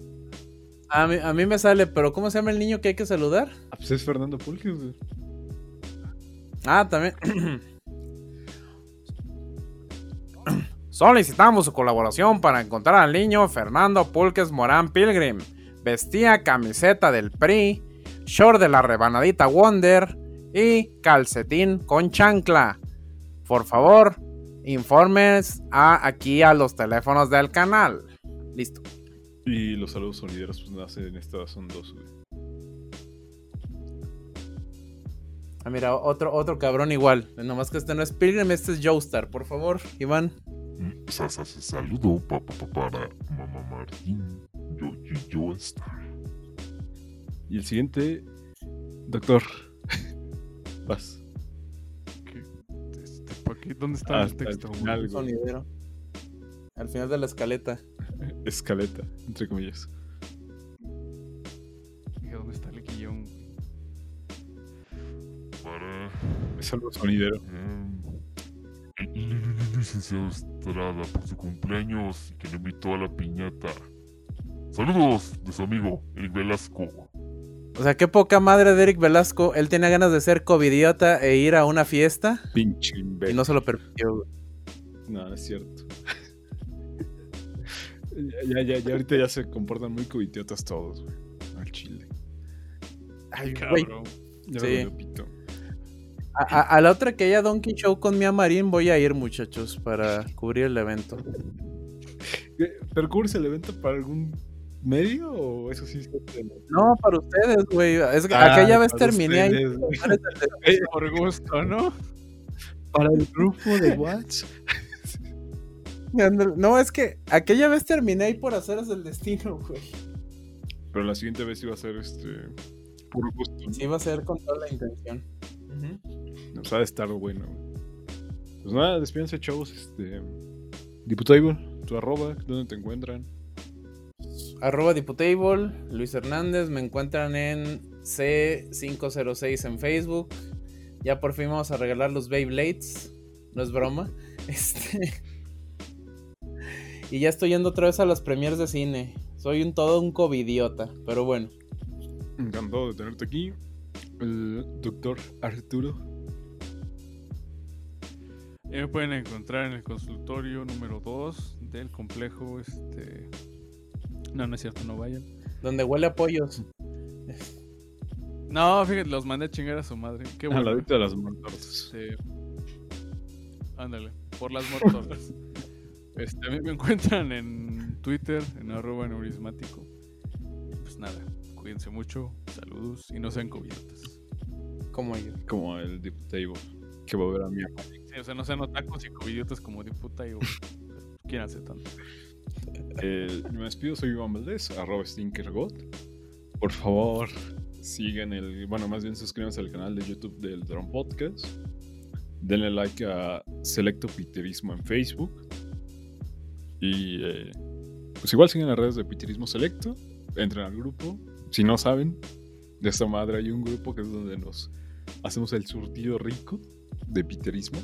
S3: A mí, a mí me sale, pero ¿cómo se llama el niño que hay que saludar?
S1: Ah, pues es Fernando Pulques, güey.
S3: Ah, también. <clears throat> Solicitamos su colaboración para encontrar al niño Fernando Pulques Morán Pilgrim. Vestía camiseta del PRI, short de la rebanadita Wonder y calcetín con chancla. Por favor, informes a- aquí a los teléfonos del canal. Listo.
S1: Y los saludos sonideros, pues nacen en esta son dos, güey.
S3: Ah, mira, otro, otro cabrón igual. Nomás que este no es Pilgrim, este es Joestar. Por favor, Iván.
S7: Sa- sa- sa- Saludo pa- pa- pa- para Mamá Martín. Yo, yo, yo estar.
S1: Y el siguiente, doctor. <laughs> Vas.
S2: Este, ¿por qué? ¿Dónde está el
S1: Hasta el
S2: texto? güey?
S1: final, güey.
S3: Sonidero. Al final de la escaleta.
S1: Escaleta, entre comillas.
S2: Dije, ¿Dónde está
S1: <laughs>
S2: el guión? güey?
S7: Para.
S1: Es algo sonidero.
S7: em, el Licenciado Estrada por su cumpleaños y que lo invitó a la piñata. Saludos de su amigo, Eric Velasco.
S3: O sea, qué poca madre de Eric Velasco. Él tenía ganas de ser covidiota e ir a una fiesta
S1: Pinche
S3: y
S1: imbécil.
S3: no se lo permitió. güey.
S1: No, no es cierto. <laughs> ya, ya, ya, ahorita ya se comportan muy cubitiotas todos, güey. Al chile.
S2: Ay,
S3: güey.
S2: cabrón.
S1: Ya
S3: Sí.
S1: me volvió pito.
S3: A, a- a la otra que haya Donkey Show con Mia Marín voy a ir, muchachos, para cubrir el evento.
S1: Eh, ¿Pero cubres el evento para algún medio o eso sí?
S3: No, para ustedes, güey. Es que
S1: Ah,
S3: aquella vez
S1: para
S3: terminé ahí.
S1: ustedes, güey.
S3: <laughs>
S1: Eh.
S2: Por gusto, ¿no?
S1: Para el grupo de Watch.
S3: Ándale. No, es que aquella vez terminé ahí por hacer el destino, güey.
S1: <laughs> Pero la siguiente vez iba a ser este. Por gusto.
S3: Sí, iba a ser con toda la intención.
S1: Nos ha de estar bueno, güey. Pues nada, despídense, chavos. Este. Diputable, tu arroba, ¿dónde te encuentran?
S3: Arroba Diputable, Luis Hernández, me encuentran en C506 en Facebook. Ya por fin vamos a regalar los Beyblades, no es broma. <laughs> Este... Y ya estoy yendo otra vez a las premiers de cine. Soy un todo un covidiota, pero bueno.
S1: Encantado de tenerte aquí. El doctor Arturo.
S2: Ya me pueden encontrar en el consultorio número 2 del complejo. Este. No, no es cierto, no vayan.
S3: Donde huele a pollos.
S2: No, fíjate, los mandé a chingar a su madre. Qué
S1: Al
S2: bueno.
S1: ladito de las mortortas.
S2: Sí. Ándale, por las mortorras.
S3: <laughs>
S2: Este, a mí me encuentran en Twitter, en arroba neurismático. Y Pues nada, cuídense mucho, saludos y no sean cubiertas.
S3: Como yo.
S1: Como el Diputable. Que va a ver a mi hermano.
S2: Sí, o sea, no sean otacos y cubiertas como diputa y o- Quiéranse tanto.
S1: Eh, yo me despido, soy Iván Valdés, arroba StinkerGod. Por favor, sigan el. Bueno, más bien suscríbanse al canal de YouTube del Drone Podcast. Denle like a Selecto Piterismo en Facebook. Y eh, pues igual sigan las redes de Piterismo Selecto. Entren al grupo. Si no saben, de esta madre hay un grupo que es donde nos hacemos el surtido rico de Piterismo.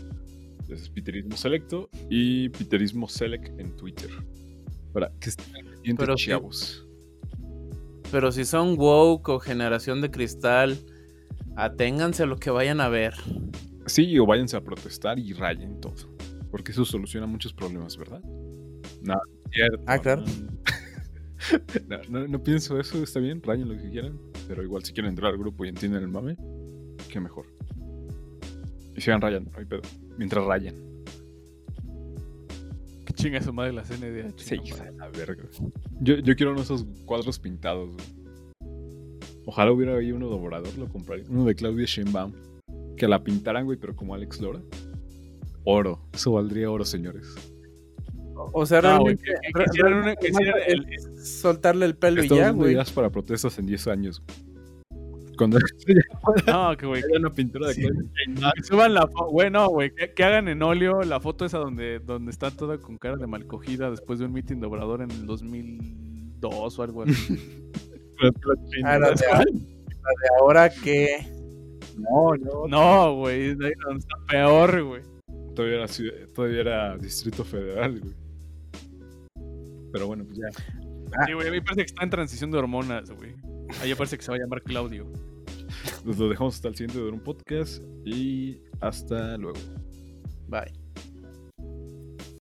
S1: Entonces, Piterismo Selecto y Piterismo Select en Twitter. Para que estén al pendiente,
S3: Pero sí.
S1: chavos.
S3: Pero si son woke o generación de cristal, aténganse a lo que vayan a ver.
S1: Sí, o váyanse a protestar y rayen todo. Porque eso soluciona muchos problemas, ¿verdad? No, es cierto.
S3: Ah, claro.
S1: <laughs> No, no- no pienso eso, está bien, rayen lo que quieran. Pero igual, si quieren entrar al grupo y entienden el mame, qué mejor. Y sigan rayando, no hay pedo. Mientras rayan.
S2: Que chinga su madre la CNDH.
S1: Sí,
S2: no
S1: hija
S2: mames.
S1: de la verga. Yo, yo quiero uno de esos cuadros pintados, güey. Ojalá hubiera ahí uno de Obrador, lo compraría. Uno de Claudia Sheinbaum. Que la pintaran, güey, pero como Alex Lora. Oro. Eso valdría oro, señores.
S3: O sea,
S2: No, güey,
S3: realmente,
S2: que- que- que hicieran una- Ah, que hicieran el-
S3: soltarle el pelo y
S1: Estamos
S3: ya,
S1: dando
S3: güey.
S1: ideas para protestas en 10 años. güey. Cuando <laughs> haya
S2: No, que güey,
S1: una pintura de
S2: Sí.
S1: Claudia Sheinbaum.
S2: Ah, Que suban la foto, güey, no, güey, que, que hagan en óleo la foto esa donde, donde está toda con cara de mal cogida después de un mitin de Obrador en el 2002 o algo así.
S1: pero que la
S3: Ah,
S1: Sheinbaum-
S3: la de, la de ahora que.
S1: No, no.
S2: no, güey, es ahí donde está peor, güey.
S1: Todavía era, ciudad- todavía era Distrito Federal, güey. Pero bueno, pues ya.
S2: Sí, güey, a mí parece que está en transición de hormonas, güey. Ahí parece que se va a llamar Claudio.
S1: Nos lo dejamos hasta el siguiente de un podcast y hasta luego.
S3: Bye.